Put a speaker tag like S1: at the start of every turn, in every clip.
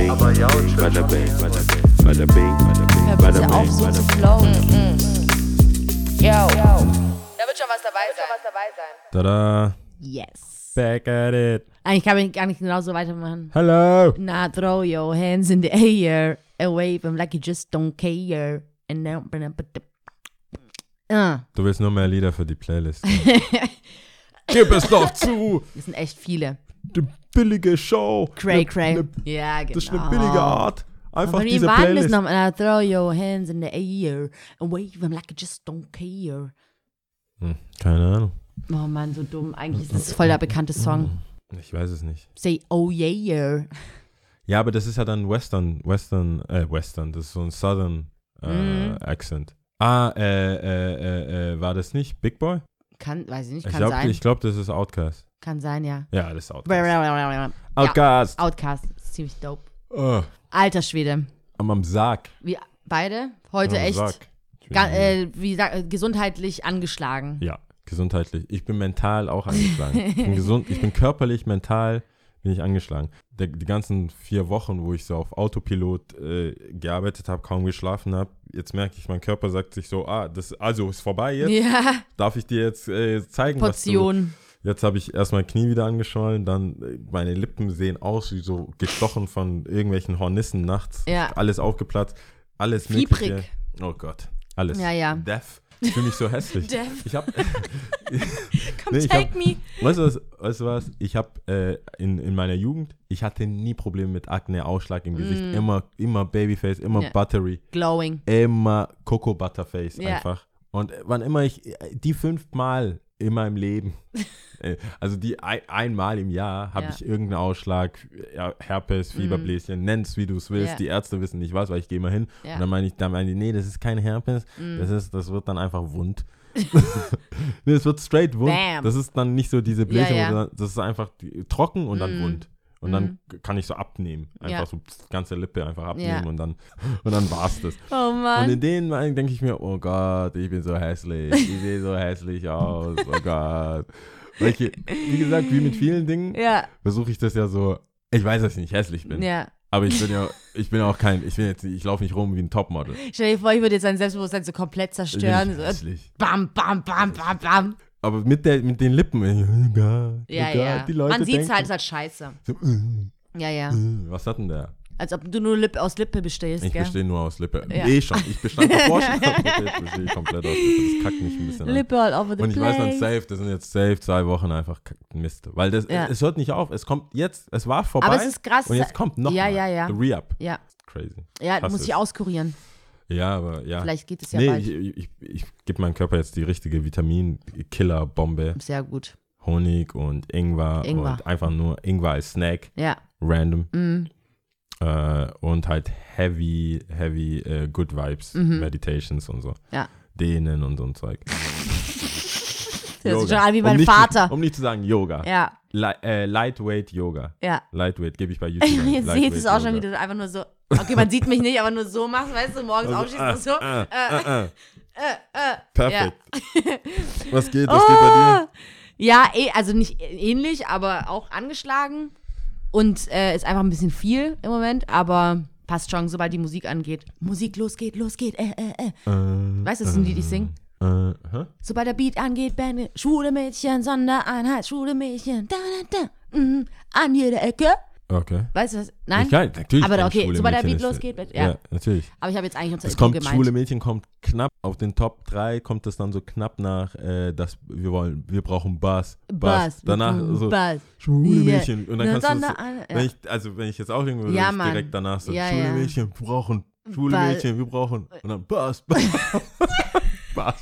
S1: Bada bing, bada bing, bada bing, bada bing,
S2: Hör
S1: bada
S2: bitte auf,
S1: bing,
S2: so
S1: bada
S2: zu
S1: bing.
S2: flowen.
S3: Yo. Da wird schon was dabei sein.
S4: Tada.
S2: Yes.
S4: Back at it.
S2: Eigentlich kann ich gar nicht genauso weitermachen.
S4: Hello.
S2: Na, throw your hands in the air and wave them like you just don't care. And now, Ah,
S4: Du willst nur mehr Lieder für die Playlist. Gib es doch zu.
S2: das sind echt viele.
S4: Die billige Show.
S2: Cray, cray.
S4: Ne-
S2: ja, genau.
S4: Das ist eine billige Art. Einfach
S2: Von ihm
S4: diese
S2: warten es
S4: Playlist.
S2: noch. Na, throw your hands in the air and wave them like you just don't care.
S4: Hm, keine Ahnung.
S2: Oh Mann, so dumm. Eigentlich ist das voll der bekannte Song.
S4: Hm. Ich weiß es nicht.
S2: Say, oh yeah.
S4: Ja, aber das ist ja dann Western, Western, äh, Western. Das ist so ein Southern äh,
S2: Mhm.
S4: Accent. Ah, äh, äh, äh, äh, war das nicht Big Boy?
S2: Kann, weiß ich nicht,
S4: ich
S2: kann
S4: glaube,
S2: sein.
S4: ich glaub, das ist Outcast.
S2: Kann sein, ja.
S4: Ja, das ist Outcast.
S2: Outcast.
S4: Outcast.
S2: Outcast. Das ist ziemlich dope.
S4: Oh,
S2: Alter Schwede.
S4: am, am Sarg.
S2: Wir beide heute
S4: am
S2: echt
S4: Sarg. Ich
S2: ga,
S4: bin-
S2: äh, wie sag, äh, gesundheitlich angeschlagen.
S4: Ja, gesundheitlich. Ich bin mental auch angeschlagen. ich, bin gesund, ich bin körperlich, mental bin ich angeschlagen. Der, die ganzen vier Wochen, wo ich so auf Autopilot äh, gearbeitet habe, kaum geschlafen habe, jetzt merke ich, mein Körper sagt sich so, ah, das also ist vorbei jetzt.
S2: Ja,
S4: Darf ich dir jetzt äh, zeigen, was
S2: Portion.
S4: du... Jetzt habe ich erst mein Knie wieder angeschwollen, dann äh, meine Lippen sehen aus wie so gestochen von irgendwelchen Hornissen nachts.
S2: Ja.
S4: Alles aufgeplatzt, alles
S2: Fiebrig.
S4: mögliche. Oh Gott, alles.
S2: Ja, ja.
S4: Death. Ich fühle mich so hässlich.
S2: Death.
S4: Ich habe
S2: Come
S4: Nee, ich
S2: take
S4: hab-
S2: me.
S4: Weißt du was? Weißt du was? Ich habe äh, in, in meiner Jugend, ich hatte nie Probleme mit Akne, Ausschlag im Gesicht. Immer, immer Babyface, immer
S2: Mm. Ja.
S4: Buttery,
S2: Glowing.
S4: immer Coco Butterface
S2: Ja.
S4: einfach. Und äh, wann immer ich, äh, die fünfmal in meinem Leben, äh, also die ein, einmal im Jahr, habe
S2: Ja. Mhm.
S4: ich irgendeinen Ausschlag, ja, Herpes, Fieberbläschen, nenn's wie du es willst.
S2: Ja.
S4: Die Ärzte wissen nicht was, weil ich gehe immer hin.
S2: Ja. Mhm.
S4: Und dann meine ich, dann meine ich, nee, das ist kein Herpes, das, ist, das wird dann einfach wund. nee, es wird straight wund.
S2: Bam.
S4: Das ist dann nicht so diese Blähung,
S2: ja.
S4: sondern das ist einfach die, trocken und dann
S2: Mm.
S4: wund. Und dann kann ich so abnehmen. Einfach
S2: Mhm. Ja.
S4: so pff, ganze Lippe einfach abnehmen
S2: Ja.
S4: und dann, und dann war's das.
S2: Oh
S4: Und
S2: Mann.
S4: in denen Momenten denke ich mir, oh Gott, ich bin so hässlich, ich sehe so hässlich aus, oh Gott. Weil ich, wie gesagt, wie mit vielen Dingen
S2: Ja,
S4: versuche ich das ja so, ich weiß, dass ich nicht hässlich bin,
S2: ja.
S4: aber ich bin ja, ich bin auch kein, ich bin jetzt, ich laufe nicht rum wie ein Topmodel.
S2: Stell dir vor, ich würde jetzt sein Selbstbewusstsein so komplett
S4: Ich bin
S2: zerstören.
S4: nicht
S2: So,
S4: hässlich.
S2: Bam, bam, bam, bam, bam.
S4: Aber mit, der, mit den Lippen, oh Gott, oh
S2: Ja,
S4: Gott,
S2: ja.
S4: die Leute
S2: Man sieht es
S4: denken
S2: halt, es ist halt scheiße.
S4: so, äh,
S2: Ja, ja.
S4: äh, was hat denn der?
S2: Als ob du nur Lip aus Lippe bestehst,
S4: Ich
S2: gell?
S4: bestehe nur aus Lippe.
S2: Ja.
S4: Eh schon, ich bestand davor schon, aus Lippe, jetzt bestehe ich komplett aus Lippe, das kackt mich ein bisschen an.
S2: Lippe all over the
S4: Und ich
S2: place.
S4: weiß dann safe, das sind jetzt safe zwei Wochen einfach K- Mist. Weil das,
S2: Ja.
S4: es hört nicht auf. Es kommt jetzt, es war vorbei.
S2: Aber es ist krass.
S4: Und jetzt kommt noch
S2: Ja,
S4: mal.
S2: ja, ja.
S4: The Re-Up.
S2: ja,
S4: Crazy.
S2: ja
S4: Krass
S2: muss ich
S4: ist.
S2: auskurieren.
S4: Ja, aber ja.
S2: Vielleicht geht es ja
S4: nee,
S2: bald.
S4: ich, ich, ich gebe meinem Körper jetzt die richtige Vitamin-Killer-Bombe.
S2: Sehr gut.
S4: Honig und Ingwer,
S2: Ingwer. Mhm.
S4: und einfach nur Ingwer als Snack,
S2: Ja.
S4: random. Äh, und halt heavy, heavy äh, Good Vibes, Meditations und so.
S2: Mhm. Ja.
S4: Dehnen und so ein Zeug.
S2: Das
S4: Yoga.
S2: ist schon an wie
S4: um
S2: mein
S4: nicht,
S2: Vater.
S4: Um nicht zu sagen Yoga.
S2: ja,
S4: Li äh, Lightweight Yoga.
S2: ja.
S4: Lightweight gebe ich bei YouTube. ein.
S2: Jetzt seht
S4: Lightweight
S2: ihr es auch schon, wie
S4: Yoga.
S2: du einfach nur so. Okay, man sieht mich nicht, aber nur so machst, weißt du, morgens
S4: Also,
S2: aufstehst und so.
S4: ah,
S2: Äh,
S4: ah, ah.
S2: äh, äh.
S4: Perfekt. Was geht? Was geht bei
S2: Oh! Ja, eh, also nicht ähnlich, aber auch angeschlagen. Und äh, ist einfach ein bisschen viel im Moment, aber passt schon, sobald die Musik angeht. Musik losgeht, losgeht, äh, äh, äh.
S4: dir?
S2: Weißt du, das sind die, die singen?
S4: Äh, äh, hä?
S2: Sobald der Beat angeht, Band, schwule Mädchen, Sondereinheit, schwule Mädchen, da, da, da, mm, an jeder Ecke.
S4: Okay.
S2: Weißt du was? Nein?
S4: Ich kann, natürlich
S2: Aber
S4: kommen
S2: okay,
S4: schwule
S2: sobald der
S4: Mädchen,
S2: Beat
S4: ist-
S2: losgeht, wird-
S4: ja.
S2: ja.
S4: natürlich.
S2: Aber ich habe jetzt eigentlich unser
S4: Es
S2: Intro
S4: kommt,
S2: gemeint.
S4: schwule Mädchen kommt knapp auf den Top 3, kommt es dann so knapp nach, äh, dass wir wollen, wir brauchen Bass.
S2: Bass.
S4: Danach
S2: mm,
S4: so,
S2: Bass.
S4: schwule
S2: Ja.
S4: Mädchen. Und dann
S2: Na,
S4: kannst du, das-
S2: Sondereinheit, ja.
S4: wenn ich, also wenn ich jetzt auch denken würde,
S2: Ja,
S4: würde ich
S2: Mann.
S4: direkt danach so,
S2: Ja,
S4: schwule
S2: ja.
S4: Mädchen, wir brauchen, schwule
S2: Ball.
S4: Mädchen, wir brauchen. Und dann Bass, Bass, Bass.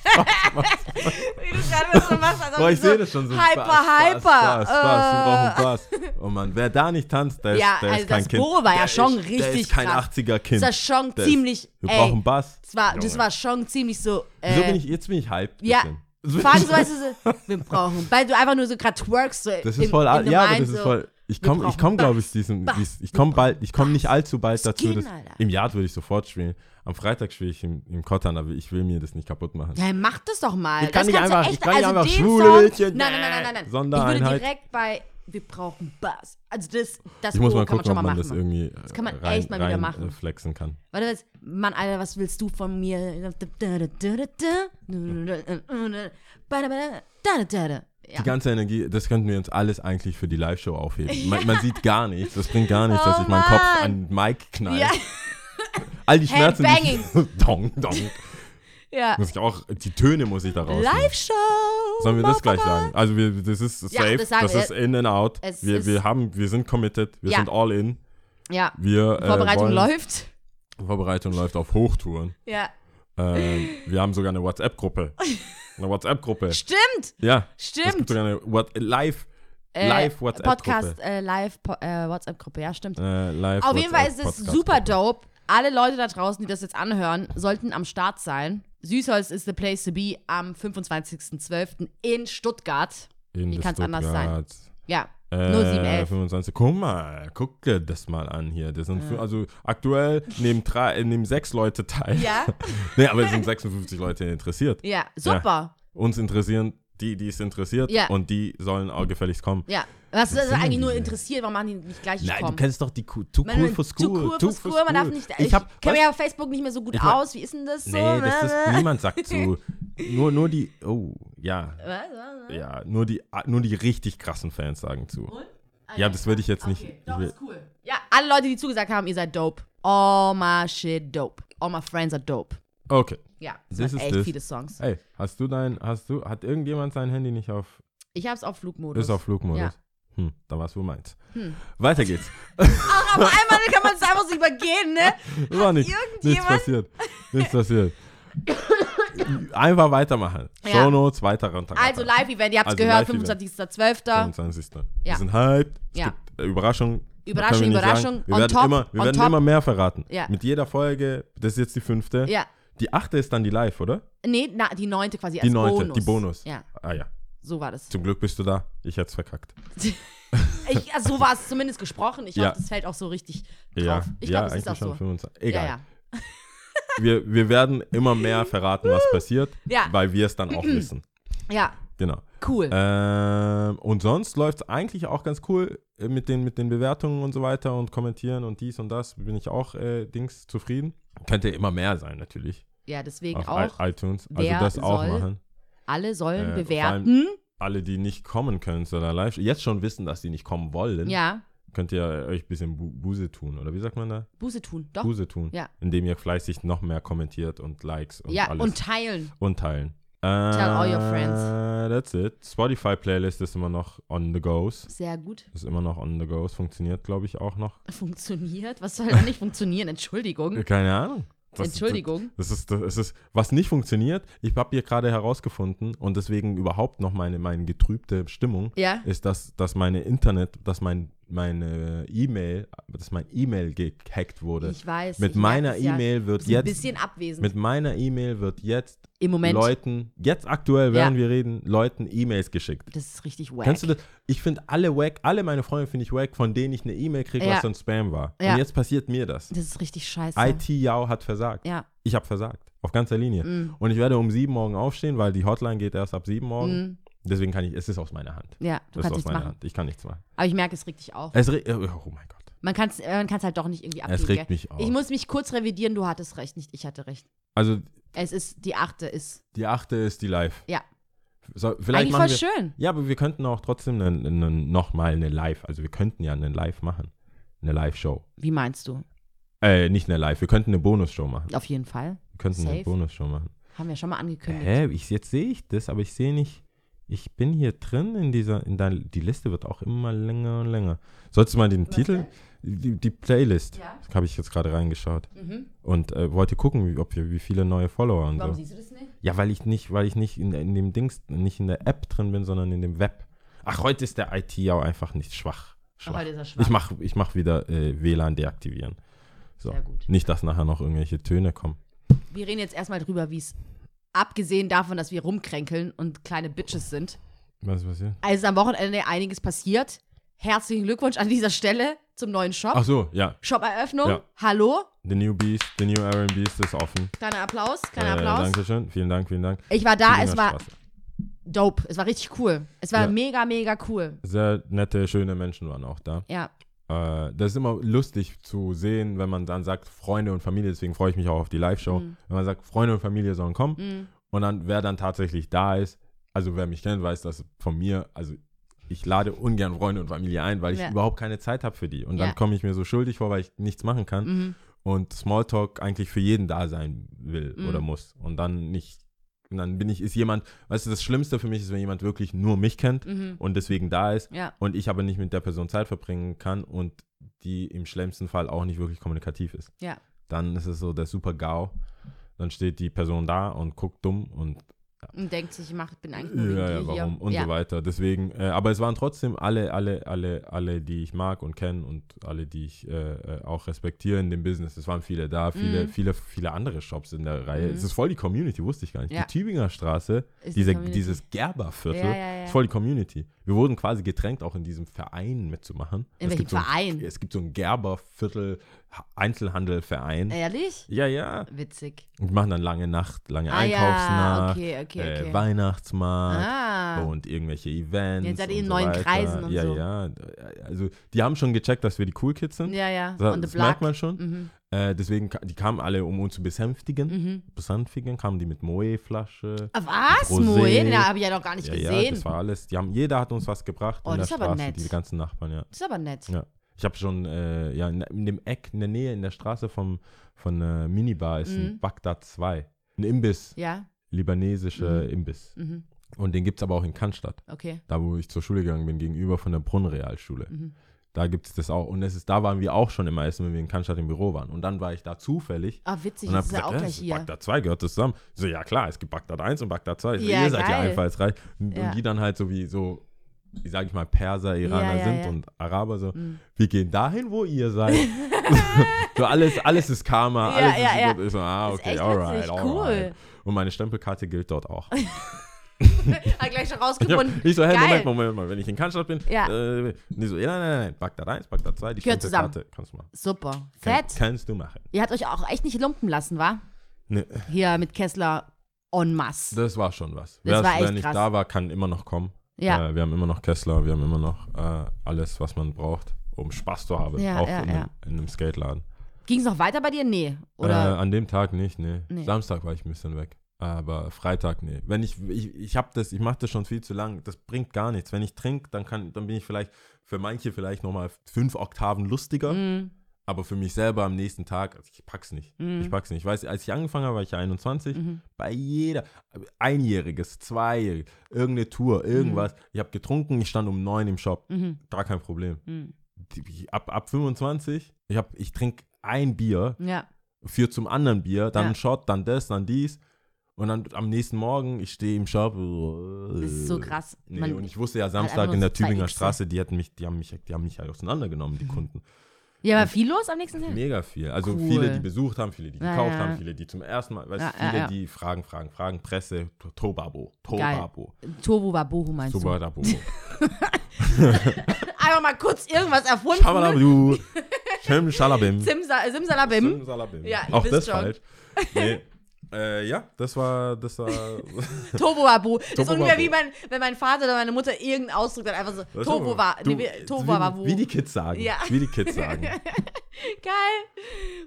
S2: Wie du gerade so machst, als ob
S4: Boah, ich
S2: du so
S4: sehe das schon so.
S2: Hyper,
S4: Bass,
S2: hyper.
S4: Bass, Bass,
S2: äh,
S4: Bass, wir brauchen Bass. Oh Mann, wer da nicht tanzt, der ist,
S2: Ja,
S4: der
S2: also
S4: ist kein
S2: das
S4: Kind.
S2: Boro war ja
S4: der
S2: schon
S4: ist, Der
S2: richtig
S4: ist kein
S2: krass.
S4: 80er-Kind.
S2: ist das schon
S4: Der
S2: ziemlich.
S4: Wir
S2: ey,
S4: brauchen Bass.
S2: das, war, das war schon ziemlich so. Äh,
S4: Wieso bin ich, jetzt bin ich hyped.
S2: ja.
S4: bisschen.
S2: Fragen so, weißt du, so, wir brauchen. Weil du einfach nur so gerade twerkst. So
S4: Das
S2: in,
S4: ist voll,
S2: in
S4: al- ja, aber
S2: normalen
S4: das ist
S2: so.
S4: voll. Ich komme, ich
S2: brauchen
S4: komme, glaube
S2: Bass,
S4: ich, diesen,
S2: Bass,
S4: dies- ich komme bald, ich komme nicht allzu bald dazu.
S2: Skin,
S4: Dass,
S2: Alter.
S4: Im Jahr würde ich sofort spielen. Am Freitag spiele ich im, im Kottern, aber ich will mir das nicht kaputt machen.
S2: Ja, mach das doch mal.
S4: Ich
S2: das
S4: kann nicht
S2: kannst du
S4: einfach-
S2: echt,
S4: ich kann nicht
S2: also
S4: einfach
S2: den
S4: schwule
S2: Song,
S4: Mädchen,
S2: Nein, nein, nein, nein, nein. Ich würde
S4: Sondereinheit.
S2: direkt bei wir brauchen Bass. Also das, das
S4: Ich muss
S2: Ohr
S4: mal
S2: kann
S4: gucken, ob
S2: man schon
S4: man
S2: mal
S4: das
S2: machen.
S4: irgendwie das
S2: kann man
S4: rein,
S2: echt mal wieder
S4: rein,
S2: machen.
S4: äh, flexen kann.
S2: Warte, was, Mann, Alter, was willst du von mir? Ja.
S4: Die ganze Energie, das könnten wir uns alles eigentlich für die Live-Show aufheben. Man, man sieht gar nichts, das bringt gar nichts, dass
S2: Oh
S4: ich meinen Kopf
S2: Mann.
S4: an Mike knall.
S2: Ja,
S4: All die Schmerzen, die
S2: Headbanging.
S4: ich, dong, dong,
S2: ja.
S4: muss ich auch, die Töne muss ich da raus.
S2: Live-Show!
S4: Sollen wir das gleich sagen? Also wir, das ist
S2: Ja,
S4: safe,
S2: das
S4: das,
S2: sagen wir.
S4: ist in and out.
S2: Es
S4: Wir,
S2: ist-
S4: wir haben, wir sind committed, wir
S2: Ja.
S4: sind all in.
S2: Ja,
S4: Wir,
S2: Vorbereitung
S4: äh, wollen,
S2: läuft.
S4: Vorbereitung läuft auf Hochtouren.
S2: Ja.
S4: Ähm, wir haben sogar eine WhatsApp-Gruppe. Eine WhatsApp-Gruppe.
S2: Stimmt!
S4: Ja. Es gibt
S2: Stimmt!
S4: sogar eine What live,
S2: Äh,
S4: live WhatsApp-Gruppe.
S2: Podcast, äh, live po äh, WhatsApp-Gruppe, ja, stimmt.
S4: Äh, live
S2: Auf jeden Fall ist es
S4: WhatsApp-Podcast-Gruppe.
S2: super dope. Alle Leute da draußen, die das jetzt anhören, sollten am Start sein. Süßholz ist the place to be am 25.12. in Stuttgart.
S4: In
S2: Wie kann's anders
S4: Stuttgart.
S2: Ja,
S4: Äh,
S2: 0711.
S4: 25. Guck mal, guck dir das mal an hier. Das
S2: Äh.
S4: sind fün- also aktuell nehmen, drei, äh, nehmen sechs Leute teil.
S2: Ja.
S4: nee, aber es sind 56 Leute interessiert.
S2: Ja, super.
S4: Uns interessieren die, die es interessiert
S2: Ja.
S4: und die sollen auch gefälligst kommen.
S2: Ja. Was ist also
S4: sind
S2: eigentlich
S4: denn
S2: nur
S4: die?
S2: interessiert, warum machen die nicht gleich
S4: Nein,
S2: kommen?
S4: du kennst doch die Ku- Too
S2: Man-
S4: Cool for School.
S2: Too cool for school, man darf nicht. Ich,
S4: ich hab,
S2: kenne
S4: weißt-
S2: mich auf Facebook nicht mehr so gut
S4: Ich mein-
S2: aus. Wie ist denn das so? ne?
S4: Nee, das ist, niemand sagt zu. Nur, nur die, oh, ja, ja, nur die, nur die richtig krassen Fans sagen zu. Ja, das würde ich jetzt nicht.
S2: Ah, Okay,
S4: ich
S2: doch,
S4: will,
S2: ist cool. Ja, alle Leute, die zugesagt haben, ihr seid dope. All my shit dope. All my friends are dope.
S4: okay.
S2: Ja, das
S4: This
S2: waren
S4: is
S2: echt
S4: this.
S2: viele Songs.
S4: Hey, hast du dein, hast du, hat irgendjemand sein Handy nicht auf,
S2: Ich hab's auf Flugmodus.
S4: ist auf Flugmodus?
S2: Ja. Hm.
S4: Hm, da war es wohl meins. Weiter geht's.
S2: Ach, auf einmal kann man es einfach so übergehen, ne?
S4: War nicht, nichts
S2: irgendjemand-
S4: passiert. Nichts passiert. Einfach weitermachen.
S2: Ja.
S4: Show Notes weiter runter.
S2: Also Live-Event, ihr habt's
S4: Also
S2: gehört,
S4: Live-Event.
S2: 25.12.
S4: 25.
S2: Ja.
S4: Wir sind hyped. Es
S2: Ja.
S4: gibt äh, Überraschung.
S2: Überraschung,
S4: Können wir nicht
S2: Überraschung,
S4: sagen. Wir
S2: on
S4: werden,
S2: top,
S4: immer, wir
S2: on
S4: werden
S2: top.
S4: immer mehr verraten.
S2: Ja.
S4: Mit jeder Folge, das ist jetzt die fünfte.
S2: Ja.
S4: Die achte ist dann die live, oder?
S2: Nee, na, die neunte quasi
S4: Die
S2: als
S4: neunte,
S2: Bonus.
S4: die Bonus.
S2: Ja,
S4: Ah ja,
S2: so war das.
S4: zum Glück bist du da. Ich hätte es verkackt.
S2: Ich, also so war es zumindest gesprochen. Ich
S4: Ja.
S2: hoffe, das fällt auch so richtig drauf.
S4: Ja,
S2: ich
S4: ja
S2: glaube, es ist auch
S4: eigentlich schon
S2: so.
S4: 25. Egal.
S2: Ja, ja.
S4: Wir, wir werden immer mehr verraten, was passiert,
S2: Ja.
S4: weil wir es dann auch wissen.
S2: Ja,
S4: Genau.
S2: cool.
S4: Ähm, und sonst läuft es eigentlich auch ganz cool äh, mit den, mit den Bewertungen und so weiter und kommentieren und dies und das. Bin ich auch äh, Dings zufrieden. Könnte immer mehr sein, natürlich.
S2: ja, deswegen
S4: auf
S2: auch.
S4: i- iTunes. Also
S2: Wer
S4: das auch
S2: soll
S4: machen.
S2: Alle sollen
S4: Äh,
S2: bewerten.
S4: Alle, die nicht kommen können zu der Live, jetzt schon wissen, dass die nicht kommen wollen,
S2: Ja,
S4: könnt ihr euch ein bisschen Bu Buße tun. Oder wie sagt man da?
S2: Buße tun. Doch.
S4: Buße tun.
S2: Ja.
S4: Indem ihr fleißig noch mehr kommentiert und Likes und
S2: ja,
S4: alles.
S2: und teilen.
S4: und teilen.
S2: Tell all your friends.
S4: Äh, That's it. Spotify-Playlist ist immer noch on the goes.
S2: Sehr gut.
S4: Ist immer noch on the goes. Funktioniert, glaube ich, auch noch.
S2: Funktioniert. Was soll da nicht funktionieren? Entschuldigung.
S4: Keine Ahnung. Das-
S2: Hm. Entschuldigung.
S4: Das ist, das ist, was nicht funktioniert, ich habe hier gerade herausgefunden und deswegen überhaupt noch meine, meine getrübte Stimmung,
S2: Ja.
S4: ist, dass, dass meine Internet, dass mein, meine E-Mail, dass mein E-Mail gehackt wurde.
S2: Ich weiß.
S4: mit
S2: ich
S4: meiner
S2: merke es ja.
S4: E-Mail
S2: Du
S4: wird
S2: bist Ein
S4: jetzt,
S2: bisschen abwesend.
S4: mit meiner E-Mail wird jetzt
S2: Im Moment.
S4: Leuten, jetzt aktuell, während wir reden, Leuten E-Mails geschickt.
S2: Das ist richtig wack.
S4: Kannst du das? Ich finde alle wack, alle meine Freunde finde ich wack, von denen ich eine E-Mail kriege,
S2: Ja.
S4: was so ein Spam war.
S2: Ja.
S4: Und jetzt passiert mir das.
S2: Das ist richtig scheiße.
S4: IT-Yao hat versagt
S2: Ja. Mm.
S4: ich habe versagt. Auf ganzer Linie. Und ich werde um sieben morgen aufstehen, weil die Hotline geht erst ab sieben morgen. Deswegen kann ich, es ist aus meiner Hand.
S2: Mhm. Ja, Mm. du
S4: es ist
S2: kannst
S4: aus
S2: nichts
S4: meiner
S2: machen.
S4: Hand. Ich kann nichts machen.
S2: Aber ich merke es richtig auch.
S4: Es re oh mein Gott.
S2: Man kann es man kann's halt doch nicht irgendwie abgeben.
S4: regt
S2: gell?
S4: mich auf.
S2: Ich muss mich kurz revidieren, du hattest recht, nicht ich hatte recht.
S4: Also
S2: Es ist, die achte ist,
S4: die achte ist die Live.
S2: ja.
S4: So, vielleicht
S2: Eigentlich voll
S4: machen wir,
S2: schön.
S4: Ja, aber wir könnten auch trotzdem ne, ne, nochmal eine Live, also wir könnten ja eine Live machen. Eine Live-Show.
S2: Wie meinst du?
S4: Äh, nicht eine Live, wir könnten eine Bonusshow machen.
S2: Auf jeden Fall.
S4: Wir könnten
S2: Safe.
S4: eine Bonusshow machen.
S2: Haben wir schon mal angekündigt.
S4: Hä, ich, jetzt sehe ich das, aber ich sehe nicht, ich bin hier drin in dieser, in dein, die Liste wird auch immer länger und länger. Sollst du mal den Titel, die, die Playlist,
S2: Ja. Mhm.
S4: habe ich jetzt gerade reingeschaut und äh, wollte gucken, wie, ob wir, wie viele neue Follower und
S2: Warum
S4: so.
S2: siehst du das nicht?
S4: Ja, weil ich nicht, weil ich nicht in, in dem Dings, nicht in der App drin bin, sondern in dem Web. Ach, heute ist der IT ja auch einfach nicht schwach. schwach.
S2: heute ist er schwach.
S4: Ich mache ich mach wieder äh, WLAN deaktivieren. So.
S2: Sehr gut.
S4: Nicht, dass nachher noch irgendwelche Töne kommen.
S2: Wir reden jetzt erstmal drüber, wie es, abgesehen davon, dass wir rumkränkeln und kleine Bitches sind,
S4: Was ist passiert?
S2: also ist am Wochenende einiges passiert. Herzlichen Glückwunsch an dieser Stelle zum neuen Shop.
S4: Ach so, ja.
S2: Shop-Eröffnung.
S4: Ja.
S2: Hallo.
S4: The New Beast, The New Aaron Beast ist offen.
S2: Kleiner Applaus, kleiner
S4: Äh,
S2: Applaus.
S4: Dankeschön. Vielen Dank, vielen Dank.
S2: Ich war da,
S4: Tübinger
S2: es war
S4: Straße.
S2: dope. Es war richtig cool. Es war
S4: Ja.
S2: mega, mega cool.
S4: Sehr nette, schöne Menschen waren auch da.
S2: Ja.
S4: Äh, das ist immer lustig zu sehen, wenn man dann sagt, Freunde und Familie, deswegen freue ich mich auch auf die Live-Show,
S2: Mhm.
S4: wenn man sagt, Freunde und Familie sollen kommen und dann, wer dann tatsächlich da ist, also wer mich kennt, weiß, dass von mir, also ich lade ungern Freunde und Familie ein, weil ich
S2: Ja.
S4: überhaupt keine Zeit habe für die und
S2: Ja.
S4: dann komme ich mir so schuldig vor, weil ich nichts machen
S2: Mhm.
S4: kann und Smalltalk eigentlich für jeden da sein will oder muss und dann nicht und dann bin ich, ist jemand, weißt du, das Schlimmste für mich ist, wenn jemand wirklich nur mich kennt
S2: Mhm.
S4: und deswegen da ist
S2: Ja.
S4: und ich aber nicht mit der Person Zeit verbringen kann und die im schlimmsten Fall auch nicht wirklich kommunikativ ist.
S2: Ja.
S4: Dann ist es so der super GAU. Dann steht die Person da und guckt dumm und
S2: Und denkt sich, ich mach, bin eigentlich nur wegen
S4: ja, ja,
S2: dir
S4: warum
S2: hier.
S4: und
S2: ja.
S4: so weiter. Deswegen, äh, aber es waren trotzdem alle, alle, alle, alle, die ich mag und kenne und alle, die ich äh, äh, auch respektiere in dem Business. Es waren viele da, viele,
S2: Mhm.
S4: viele, viele andere Shops in der Reihe. Es ist voll die Community, wusste ich gar nicht.
S2: Ja.
S4: Die Tübinger Straße,
S2: Ist die
S4: diese,
S2: Community.
S4: dieses Gerberviertel,
S2: Ja, ja, ja.
S4: ist voll die Community. Wir wurden quasi gedrängt, auch in diesem Verein mitzumachen.
S2: In
S4: Es
S2: welchem
S4: gibt so ein-
S2: Verein?
S4: Es gibt so einen Gerberviertel Einzelhandelverein.
S2: Ehrlich?
S4: Ja, ja.
S2: Witzig.
S4: Und machen dann lange Nacht, lange
S2: Ah, ja,
S4: Einkaufsnacht,
S2: okay, okay, okay.
S4: Äh, Weihnachtsmarkt
S2: Ah.
S4: und irgendwelche Events.
S2: Jetzt seid ihr
S4: und
S2: in
S4: so
S2: neuen
S4: weiter.
S2: Kreisen und
S4: ja,
S2: so.
S4: Ja, ja. Also, die haben schon gecheckt, dass wir die Cool Kids sind.
S2: Ja, ja.
S4: Das,
S2: On the
S4: das
S2: block.
S4: merkt
S2: Mhm,
S4: man schon. Äh, deswegen, ka- die kamen alle, um uns zu besänftigen.
S2: Mhm.
S4: Besänftigen, kamen die mit Moe-Flasche.
S2: Ah, Was?
S4: Rosé.
S2: Moe? Den habe ich ja noch gar nicht
S4: Ja,
S2: gesehen.
S4: ja, das war alles. Die haben, jeder hat uns was gebracht
S2: Oh,
S4: in der
S2: das ist aber
S4: Straße,
S2: nett.
S4: die ganzen Nachbarn, ja.
S2: ist aber nett.
S4: Ja. Ich habe schon äh, ja, in, in dem Eck, in der Nähe, in der Straße vom, von äh, Minibar ist
S2: Mhm.
S4: ein Bagdad 2. Ein Imbiss,
S2: Ja,
S4: libanesischer
S2: Mhm.
S4: Imbiss. Und den gibt es aber auch in Cannstatt,
S2: okay.
S4: da wo ich zur Schule gegangen bin, gegenüber von der Brunnenrealschule.
S2: Mhm.
S4: Da gibt es das auch. Und es ist, da waren wir auch schon immer essen, wenn wir in Cannstatt im Büro waren. Und dann war ich da zufällig.
S2: Ah, witzig,
S4: und hab
S2: jetzt ist er auch
S4: ja,
S2: gleich
S4: das ist
S2: hier.
S4: Bagdad 2 gehört das zusammen. Ich So, ja klar, es gibt Bagdad 1 und Bagdad 2. Ich So,
S2: Ja,
S4: ihr seid ja
S2: geil.
S4: einfallsreich. Und,
S2: Ja.
S4: und die dann halt so wie so, wie sag ich mal, Perser, Iraner
S2: Ja, ja,
S4: sind
S2: ja. Mhm.
S4: und Araber so. Wir gehen dahin, wo ihr seid. so alles, alles ist Karma.
S2: Ja,
S4: alles ist,
S2: ja,
S4: Ich so, ah,
S2: Ist
S4: okay,
S2: echt
S4: alright,
S2: witzig, cool.
S4: alright. Und meine Stempelkarte gilt dort auch.
S2: Hat gleich schon
S4: Ich, hab,
S2: rausgefunden.
S4: ich so, hey,
S2: Geil.
S4: Moment, Moment mal, wenn ich in Cannstatt bin,
S2: Ja.
S4: äh, nee, so, ja, nein, nein, nein, Bagdad 1, Bagdad 2, die
S2: Gehört zusammen.
S4: Stempelkarte kannst du machen.
S2: Super.
S4: Kann,
S2: Fett.
S4: kannst du machen.
S2: Ihr habt euch auch echt nicht lumpen lassen, wa?
S4: Nee,
S2: Hier mit Kessler en masse.
S4: das war schon was.
S2: Das war
S4: wer wer
S2: echt
S4: nicht
S2: krass.
S4: da war, kann immer noch kommen.
S2: Ja.
S4: Äh, wir haben immer noch Kessler, wir haben immer noch äh, alles, was man braucht, um Spaß zu haben,
S2: Ja,
S4: auch
S2: ja,
S4: in,
S2: ja.
S4: Einem, in einem Skateladen.
S2: Ging es noch weiter bei dir? Nee.
S4: Äh,
S2: Oder?
S4: an dem Tag nicht, nee.
S2: Nee.
S4: Samstag war ich ein bisschen weg. Aber Freitag, nee. Wenn ich, ich, ich hab das, ich mache das schon viel zu lang. Das bringt gar nichts. Wenn ich trinke, dann kann, dann bin ich vielleicht, für manche vielleicht nochmal fünf Oktaven lustiger.
S2: Mhm,
S4: Aber für mich selber am nächsten Tag, also ich pack's nicht. Ich pack's nicht. Ich weiß, als ich angefangen habe, war ich ja 21.
S2: Mhm.
S4: Bei jeder, einjähriges, zweijähriges, irgendeine Tour,
S2: Mhm.
S4: irgendwas. Ich habe getrunken, ich stand um neun im Shop. Gar kein Problem.
S2: mhm.
S4: Die- Ab, ab 25, ich, hab- ich trinke ein Bier,
S2: ja.
S4: führt zum anderen Bier, dann
S2: Ja.
S4: ein Shot, dann das, dann dies. Und dann am nächsten Morgen, ich stehe im Shop.
S2: Das ist so krass.
S4: Äh, Nee,
S2: Man-
S4: und ich wusste ja
S2: einfach
S4: Samstag
S2: nur
S4: in der
S2: so zwei Mhm.
S4: Tübinger
S2: Xe.
S4: Straße, die hatten mich, die haben mich, die haben mich halt auseinandergenommen, die Kunden.
S2: Ja, war viel los am nächsten Tag?
S4: Mega viel. Also
S2: Hm. Cool.
S4: viele, die besucht haben, viele, die
S2: Ja,
S4: gekauft
S2: ja.
S4: haben, viele, die zum ersten Mal, weißt,
S2: Ja,
S4: du,
S2: ja,
S4: viele,
S2: ja.
S4: die fragen, fragen, fragen, Presse, To- Tobabo,
S2: Geil.
S4: Tobabo,
S2: Turbo war Bochum, meinst
S4: Super Dabo.
S2: du? Einfach mal kurz irgendwas erfunden.
S4: Shabalabu, Shem Shalabim.
S2: Simsa äh, Simsalabim.
S4: Simsalabim.
S2: Ja, ihr
S4: Auch
S2: wisst
S4: das
S2: schon.
S4: falsch. Nee. Äh, ja, das war, das war,
S2: Tobowabu. Das ist
S4: Tobowabu.
S2: ungefähr wie mein, wenn mein Vater oder meine Mutter irgendeinen Ausdruck hat. Einfach so,
S4: Was
S2: Tobowa.
S4: aber-
S2: Nee,
S4: Du,
S2: wir-
S4: wie,
S2: Tobowabu.
S4: wie die Kids sagen.
S2: Ja.
S4: Wie die Kids sagen.
S2: Geil.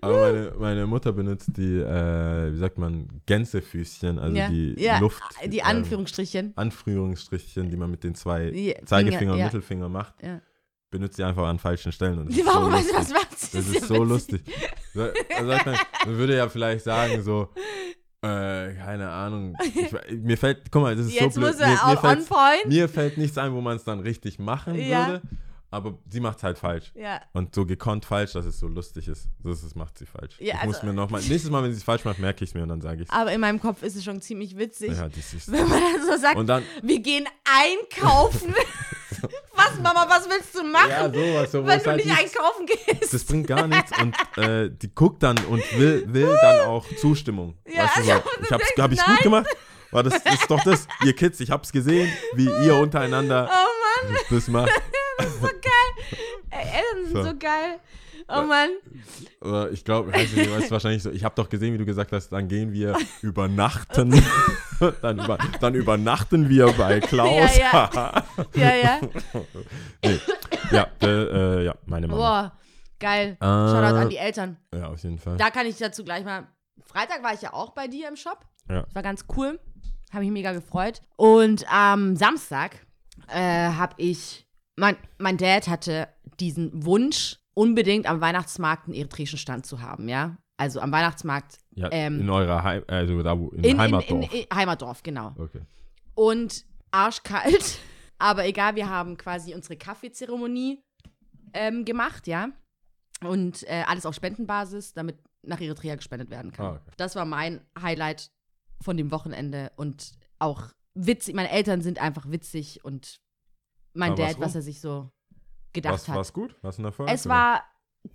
S4: Aber meine, meine Mutter benutzt die, äh, wie sagt man, Gänsefüßchen, also
S2: ja.
S4: die
S2: ja.
S4: Luft.
S2: Die
S4: ähm,
S2: Anführungsstrichchen.
S4: Anführungsstrichchen, die man mit den zwei
S2: Ja, Finger,
S4: Zeigefinger und
S2: ja.
S4: Mittelfinger macht,
S2: Ja.
S4: benutzt sie einfach an falschen Stellen. Und das ist
S2: Warum
S4: so
S2: weißt du,
S4: lustig.
S2: was was?
S4: Das
S2: ja
S4: ist so
S2: witzig.
S4: lustig. So, also sagt man, man würde ja vielleicht sagen, so, äh, keine Ahnung. Ich, we- mir fällt, guck mal, das ist
S2: Jetzt
S4: so blöd.
S2: muss er auch on
S4: fällt's-
S2: point.
S4: Mir fällt nichts ein, wo man es dann richtig machen
S2: Ja.
S4: würde, aber sie macht es halt falsch.
S2: Ja.
S4: Und so gekonnt falsch, dass es so lustig ist. Das, das macht sie falsch.
S2: Ja,
S4: ich
S2: also- Ah,
S4: muss mir noch mal, nächstes Mal, wenn sie es falsch macht, merke ich es mir und dann sage ich es.
S2: Aber in meinem Kopf ist es schon ziemlich witzig.
S4: Ja, das ist,
S2: Wenn man dann so sagt,
S4: und dann,
S2: wir gehen einkaufen. was, Mama, was willst du machen,
S4: ja, sowas, so, wo
S2: wenn
S4: es
S2: du
S4: halt
S2: nicht
S4: nichts-
S2: einkaufen gehst?
S4: das bringt gar nichts und äh, die guckt dann und will, will dann auch Zustimmung.
S2: Ja,
S4: weißt du, so,
S2: also, du
S4: ich hab's,
S2: denkst,
S4: hab ich's
S2: nein.
S4: gut gemacht? War das ist doch das, ihr Kids, ich hab's gesehen, wie ihr untereinander
S2: oh Mann,
S4: das macht.
S2: so geil. Eltern sind so,
S4: So.
S2: geil. Oh Mann.
S4: Aber ich glaube, weiß nicht, weißt du, wahrscheinlich so, ich habe doch gesehen, wie du gesagt hast, dann gehen wir übernachten. dann, über, dann übernachten wir bei Klaus.
S2: Ja, Ja, ja.
S4: ja, äh, äh, ja, meine Mama.
S2: Boah, geil.
S4: Äh,
S2: Shoutout an die Eltern.
S4: Ja, auf jeden Fall.
S2: Da kann ich dazu gleich mal. Freitag war ich ja auch bei dir im Shop.
S4: Ja.
S2: Das war ganz cool. Habe mich mega gefreut. Und am Samstag äh, habe ich. Mein, mein Dad hatte diesen Wunsch, unbedingt am Weihnachtsmarkt einen eritreischen Stand zu haben, ja? Also am Weihnachtsmarkt
S4: ja
S2: ähm,
S4: in eurer Heim, also da wo, in,
S2: in, in, in,
S4: Heimatdorf.
S2: in Heimatdorf, genau.
S4: okay.
S2: und arschkalt. Aber egal, wir haben quasi unsere Kaffeezeremonie ähm, gemacht, ja. Und äh, alles auf Spendenbasis, damit nach Eritrea gespendet werden kann.
S4: Ah, okay.
S2: Das war mein Highlight von dem Wochenende und auch witzig. Meine Eltern sind einfach witzig und mein
S4: War was
S2: Dad, was
S4: rum?
S2: er sich so gedacht
S4: Was,
S2: hat.
S4: war's gut? Was ein Erfolg?
S2: Es
S4: oder?
S2: war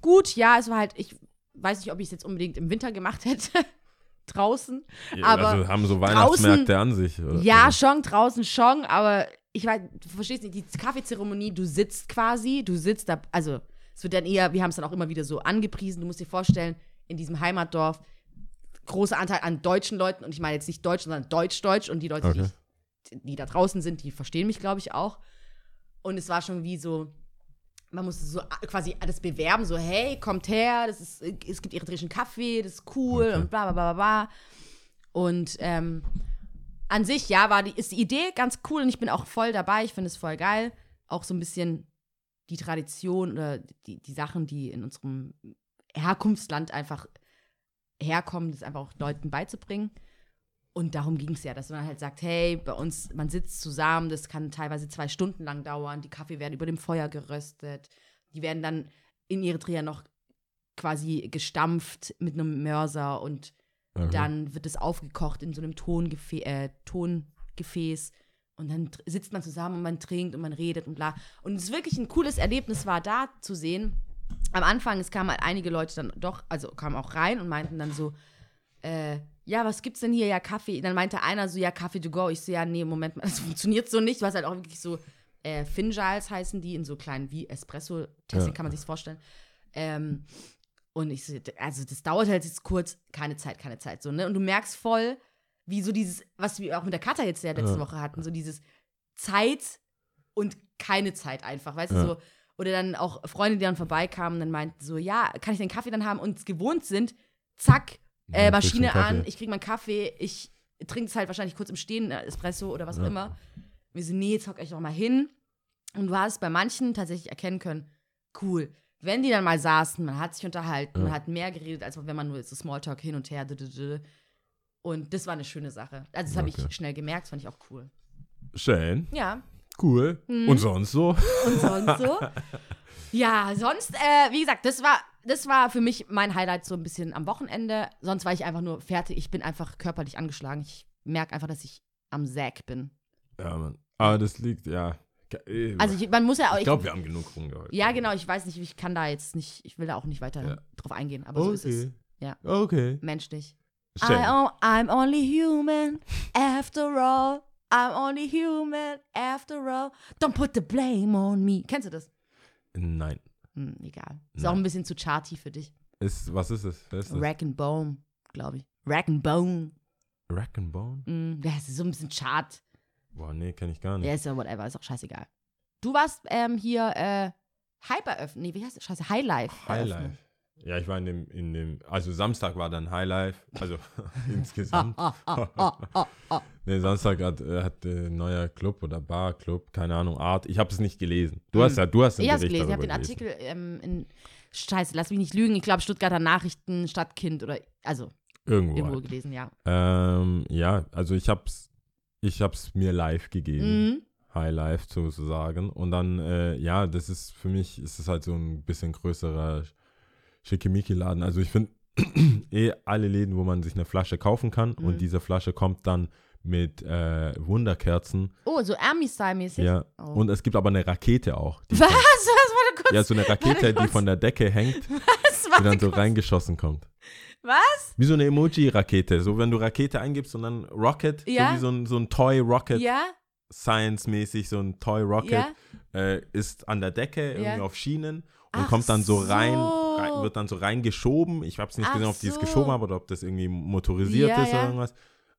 S2: gut, ja, es war halt, ich weiß nicht, ob ich es jetzt unbedingt im Winter gemacht hätte. Draußen.
S4: Ja,
S2: aber
S4: also haben so Weihnachtsmärkte an sich. Oder?
S2: Ja,
S4: also,
S2: schon, draußen schon, aber ich weiß, du verstehst nicht, die Kaffeezeremonie, du sitzt quasi, du sitzt da, also es wird dann eher, wir haben es dann auch immer wieder so angepriesen, du musst dir vorstellen, in diesem Heimatdorf, großer Anteil an deutschen Leuten und ich meine jetzt nicht Deutsch, sondern Deutsch-Deutsch und die Leute,
S4: Okay.
S2: die, ich, die da draußen sind, die verstehen mich, glaube ich, auch. Und es war schon wie so, man musste so a- quasi alles bewerben, so hey, kommt her, das ist, äh, es gibt eritreischen Kaffee, das ist cool
S4: Okay.
S2: und bla bla bla bla bla. Und ähm, an sich, ja, war die, ist die Idee ganz cool und ich bin auch voll dabei. Ich finde es voll geil. Auch so ein bisschen die Tradition oder die, die Sachen, die in unserem Herkunftsland einfach herkommen, das einfach auch Leuten beizubringen. Und darum ging es ja, dass man halt sagt, hey, bei uns, man sitzt zusammen, das kann teilweise zwei Stunden lang dauern, die Kaffee werden über dem Feuer geröstet, die werden dann in Eritrea noch quasi gestampft mit einem Mörser und
S4: okay.
S2: dann wird es aufgekocht in so einem Tongefä äh, Tongefäß. Und dann tr- sitzt man zusammen und man trinkt und man redet und bla. Und es ist wirklich ein cooles Erlebnis war, da zu sehen. Am Anfang, es kamen halt einige Leute dann doch, also kamen auch rein und meinten dann so, äh, ja, was gibt's denn hier? Ja, Kaffee. Dann meinte einer so, ja, Kaffee to go. Ich so, ja, nee, Moment mal, das funktioniert so nicht. Du hast halt auch wirklich so äh, Finjals heißen die, in so kleinen wie Espresso-Testing
S4: Ja.
S2: kann man sich's vorstellen. Ähm, und ich so, also das dauert halt jetzt kurz, keine Zeit, keine Zeit, so, ne? Und du merkst voll, wie so dieses, was wir auch mit der Kata jetzt ja letzte
S4: Ja.
S2: Woche hatten, so dieses Zeit und keine Zeit einfach, weißt
S4: Ja.
S2: du, so. Oder dann auch Freunde, die dann vorbeikamen, dann meinten so, ja, kann ich den Kaffee dann haben? Und es gewohnt sind, zack, äh,
S4: Ja,
S2: Maschine
S4: frischen Kaffee.
S2: an, ich krieg meinen Kaffee, ich trinke es halt wahrscheinlich kurz im Stehen, äh, Espresso oder was auch
S4: Ja.
S2: immer. Wir so, nee, jetzt hock euch doch mal hin. Und du hast bei manchen tatsächlich erkennen können, cool, wenn die dann mal saßen, man hat sich unterhalten, man
S4: Ja.
S2: hat mehr geredet, als wenn man nur so Smalltalk hin und her. d- d- d- Und das war eine schöne Sache. Also, das habe
S4: Okay.
S2: ich schnell gemerkt, fand ich auch cool.
S4: Schön,
S2: Ja,
S4: cool.
S2: Mhm.
S4: Und sonst so?
S2: und sonst so. ja, sonst, äh, wie gesagt, das war, das war für mich mein Highlight so ein bisschen am Wochenende. Sonst war ich einfach nur fertig. Ich bin einfach körperlich angeschlagen. Ich merke einfach, dass ich am Sack bin.
S4: Ja, Mann. Aber das liegt, ja. Äh,
S2: Also, ich, man muss ja auch.
S4: ich glaube, wir haben genug rumgeholt.
S2: ja, genau, ich weiß nicht, ich kann da jetzt nicht, ich will da auch nicht weiter
S4: Ja.
S2: drauf eingehen, aber so
S4: Okay.
S2: ist es. Ja. Ah, oh.
S4: Okay.
S2: menschlich.
S4: Schön.
S2: I o- I'm only human after all. I'm only human after all. Don't put the blame on me. Kennst du das?
S4: Nein.
S2: Hm, egal. Ist
S4: Nein.
S2: auch ein bisschen zu charty für dich.
S4: Ist, was ist es? Was ist das?
S2: Rack and Bone, glaube ich. Rack and Bone.
S4: Rack and Bone?
S2: Hm, ja, es ist so ein bisschen chart.
S4: Boah, nee, kenne ich gar nicht.
S2: Ja, ist ja whatever. Ist auch scheißegal. Du warst ähm, hier äh, Hype eröffnen. Nee, wie heißt das? Scheiße, Highlife.
S4: Highlife. Ja, ich war in dem, in dem, also Samstag war dann Highlife, also
S2: Ah,
S4: insgesamt.
S2: ah, ah, ah, ah, ah.
S4: Nee, Samstag hat, äh, hat äh, ein neuer Club oder Barclub, keine Ahnung, Art. Ich habe es nicht gelesen. Du hast ja, du hast den
S2: Mhm. Ich hab's
S4: Bericht
S2: gelesen, ich hab
S4: darüber
S2: den Artikel ähm, in. Scheiße, lass mich nicht lügen. Ich glaube, Stuttgarter Nachrichten, Stadtkind oder. Also,
S4: Irgendwo.
S2: irgendwo
S4: halt.
S2: gelesen, ja.
S4: Ähm, ja, also ich hab's, ich hab's mir live gegeben.
S2: Mhm.
S4: High Life sozusagen. Und dann, äh, ja, das ist für mich, ist es halt so ein bisschen größerer Schickimicki-Laden. Also ich finde eh alle Läden, wo man sich eine Flasche kaufen kann
S2: Mhm.
S4: und diese Flasche kommt dann mit äh, Wunderkerzen.
S2: Oh, so Army-Style-mäßig.
S4: Ja.
S2: Oh.
S4: Und es gibt aber eine Rakete auch. Die
S2: Was? Was? Warte kurz.
S4: ja, so eine Rakete, die von der Decke hängt, die
S2: Was? Warte
S4: dann so
S2: kurz.
S4: reingeschossen kommt.
S2: Was?
S4: Wie so eine Emoji-Rakete. So, wenn du Rakete eingibst und dann Rocket,
S2: Ja.
S4: so wie so ein, so ein Toy-Rocket.
S2: Ja?
S4: Science-mäßig, so ein Toy Rocket,
S2: Ja?
S4: äh, ist an der Decke, irgendwie
S2: Ja.
S4: auf Schienen und
S2: Ach
S4: kommt dann so rein,
S2: so.
S4: rein, wird dann so reingeschoben. Ich habe es nicht
S2: Ach
S4: gesehen, ob die es
S2: so.
S4: geschoben haben oder ob das irgendwie motorisiert
S2: Ja,
S4: ist oder
S2: ja.
S4: irgendwas.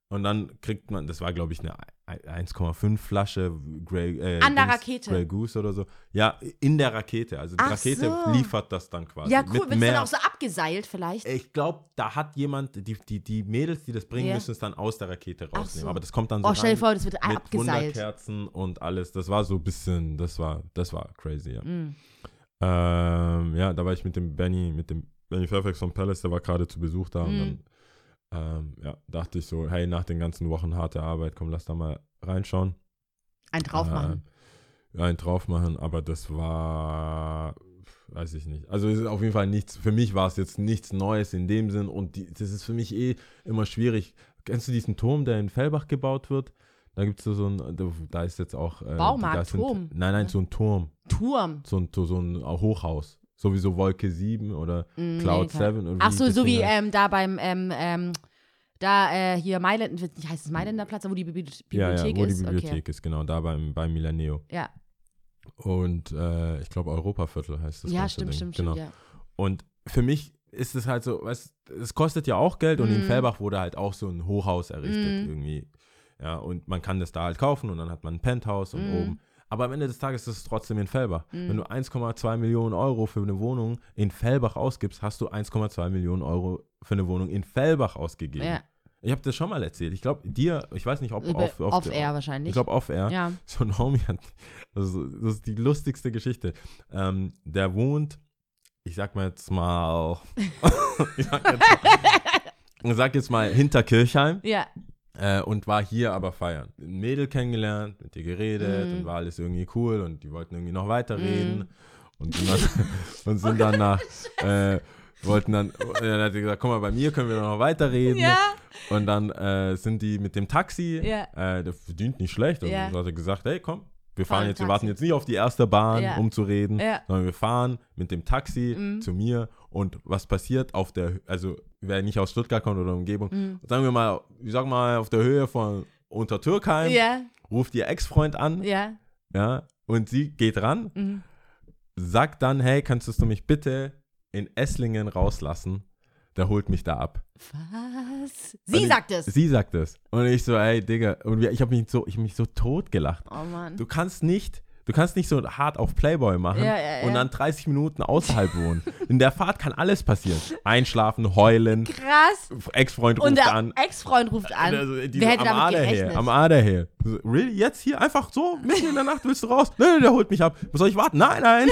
S4: Und dann kriegt man, das war glaube ich eine 1,5 Flasche Grey, äh,
S2: An der Rakete.
S4: Grey Goose oder so. Ja, in der Rakete. Also die
S2: Ach
S4: Rakete
S2: so.
S4: liefert das dann quasi.
S2: ja, cool.
S4: Also mit
S2: Wird
S4: mehr.
S2: dann auch so abgeseilt vielleicht?
S4: Ich glaube, da hat jemand, die, die, die Mädels, die das bringen,
S2: Ja.
S4: müssen es dann aus der Rakete rausnehmen.
S2: so.
S4: Aber das kommt dann so
S2: Oh, stell dir
S4: rein
S2: vor, das wird
S4: mit
S2: abgeseilt.
S4: Wunderkerzen und alles. Das war so ein bisschen, das war, das war crazy, ja.
S2: Mhm.
S4: Ähm, ja, da war ich mit dem Benny, mit dem Benny Fairfax von Palace, der war gerade zu Besuch da und
S2: Mhm.
S4: dann ähm, ja, dachte ich so, hey, nach den ganzen Wochen harte Arbeit, komm, lass da mal reinschauen.
S2: Ein drauf machen.
S4: Ähm, einen drauf machen, aber das war, weiß ich nicht. Also es ist auf jeden Fall nichts, für mich war es jetzt nichts Neues in dem Sinn und die, das ist für mich eh immer schwierig. Kennst du diesen Turm, der in Fellbach gebaut wird? Da gibt es so einen, da- da ist jetzt auch. Äh,
S2: Baumarkt,
S4: da sind,
S2: Turm.
S4: Nein, nein, so ein Turm.
S2: Turm.
S4: So ein, so ein äh, Hochhaus. Sowieso Wolke 7 oder
S2: Mm,
S4: Cloud
S2: nee,
S4: 7. oder
S2: Ach so,
S4: das
S2: so
S4: Ding
S2: wie
S4: heißt.
S2: ähm, da beim, ähm, ähm, da äh, hier Mailand, wie heißt es Mailänder Platz, wo die Bibli-
S4: ja, ja,
S2: äh, Bibliothek
S4: wo die
S2: ist?
S4: Bibliothek ist, genau, da beim, bei Milaneo.
S2: Okay. Ja,
S4: Und äh, ich glaube, Europaviertel heißt das.
S2: ja
S4: ganze
S2: stimmt,
S4: Ding.
S2: stimmt,
S4: genau.
S2: stimmt, ja.
S4: Und für mich ist es halt so, weißt, es kostet ja auch Geld und in
S2: Mm.
S4: Fellbach wurde halt auch so ein Hochhaus errichtet
S2: Mm.
S4: irgendwie. Ja, und man kann das da halt kaufen und dann hat man ein Penthouse und
S2: Mm.
S4: oben. Aber am Ende des Tages ist es trotzdem in Fellbach.
S2: Mm.
S4: Wenn du 1,2 Millionen Euro für eine Wohnung in Fellbach ausgibst, hast du 1,2 Millionen Euro für eine Wohnung in Fellbach ausgegeben.
S2: ja.
S4: Ich habe das schon mal erzählt. Ich glaube, dir, ich weiß nicht, ob
S2: Über-
S4: auf, auf,
S2: Off-Air
S4: Ich
S2: wahrscheinlich.
S4: glaube, off-air.
S2: ja.
S4: So ein Homie hat, also, das ist die lustigste Geschichte. Ähm, der wohnt, ich sag mal jetzt mal, ich sag jetzt mal, ich sag jetzt mal hinter Kirchheim
S2: ja,
S4: äh, und war hier aber feiern. Ein Mädel kennengelernt, mit ihr geredet und war alles irgendwie cool und die wollten irgendwie noch weiterreden und sind dann, und sind dann nach, äh, wollten dann, äh, dann hat sie gesagt, komm mal, bei mir können wir noch weiterreden.
S2: ja,
S4: Und dann äh, sind die mit dem Taxi,
S2: Ja.
S4: äh, der verdient nicht schlecht. Und
S2: Ja.
S4: dann hat er gesagt, hey, komm, wir
S2: Fahr
S4: fahren
S2: im
S4: jetzt, wir
S2: Taxi.
S4: warten jetzt nicht auf die erste Bahn,
S2: Ja.
S4: um zu reden,
S2: Ja. Mhm.
S4: sondern wir fahren mit dem Taxi zu mir. Und was passiert auf der, also wer nicht aus Stuttgart kommt oder Umgebung,
S2: Mhm.
S4: sagen wir mal, ich sag mal, auf der Höhe von Untertürkheim,
S2: ja,
S4: ruft ihr Ex-Freund an, ja.
S2: ja.
S4: und sie geht ran,
S2: Mhm.
S4: sagt dann, hey, kannst du mich bitte in Esslingen rauslassen? Der holt mich da ab.
S2: Was?
S4: Und
S2: Sie
S4: ich-
S2: sagt es.
S4: Sie sagt es. Und ich so, ey, Digga. Und wir, ich habe mich so, ich hab mich so tot gelacht.
S2: oh Mann.
S4: Du kannst nicht, du kannst nicht so hart auf Playboy machen
S2: Ja, ja, ja.
S4: und dann 30 Minuten außerhalb wohnen. In der Fahrt kann alles passieren. Einschlafen, heulen,
S2: Krass.
S4: Ex-Freund ruft
S2: Und der
S4: an.
S2: Ex-Freund ruft an.
S4: Also, die
S2: Wer
S4: so
S2: hätte
S4: am
S2: damit
S4: Ader
S2: gerechnet?
S4: her, am Ader her. So, Really? Jetzt hier? Einfach so? Mitten in der Nacht willst du raus? Nein, nein, der holt mich ab. Was soll ich warten? Nein, nein.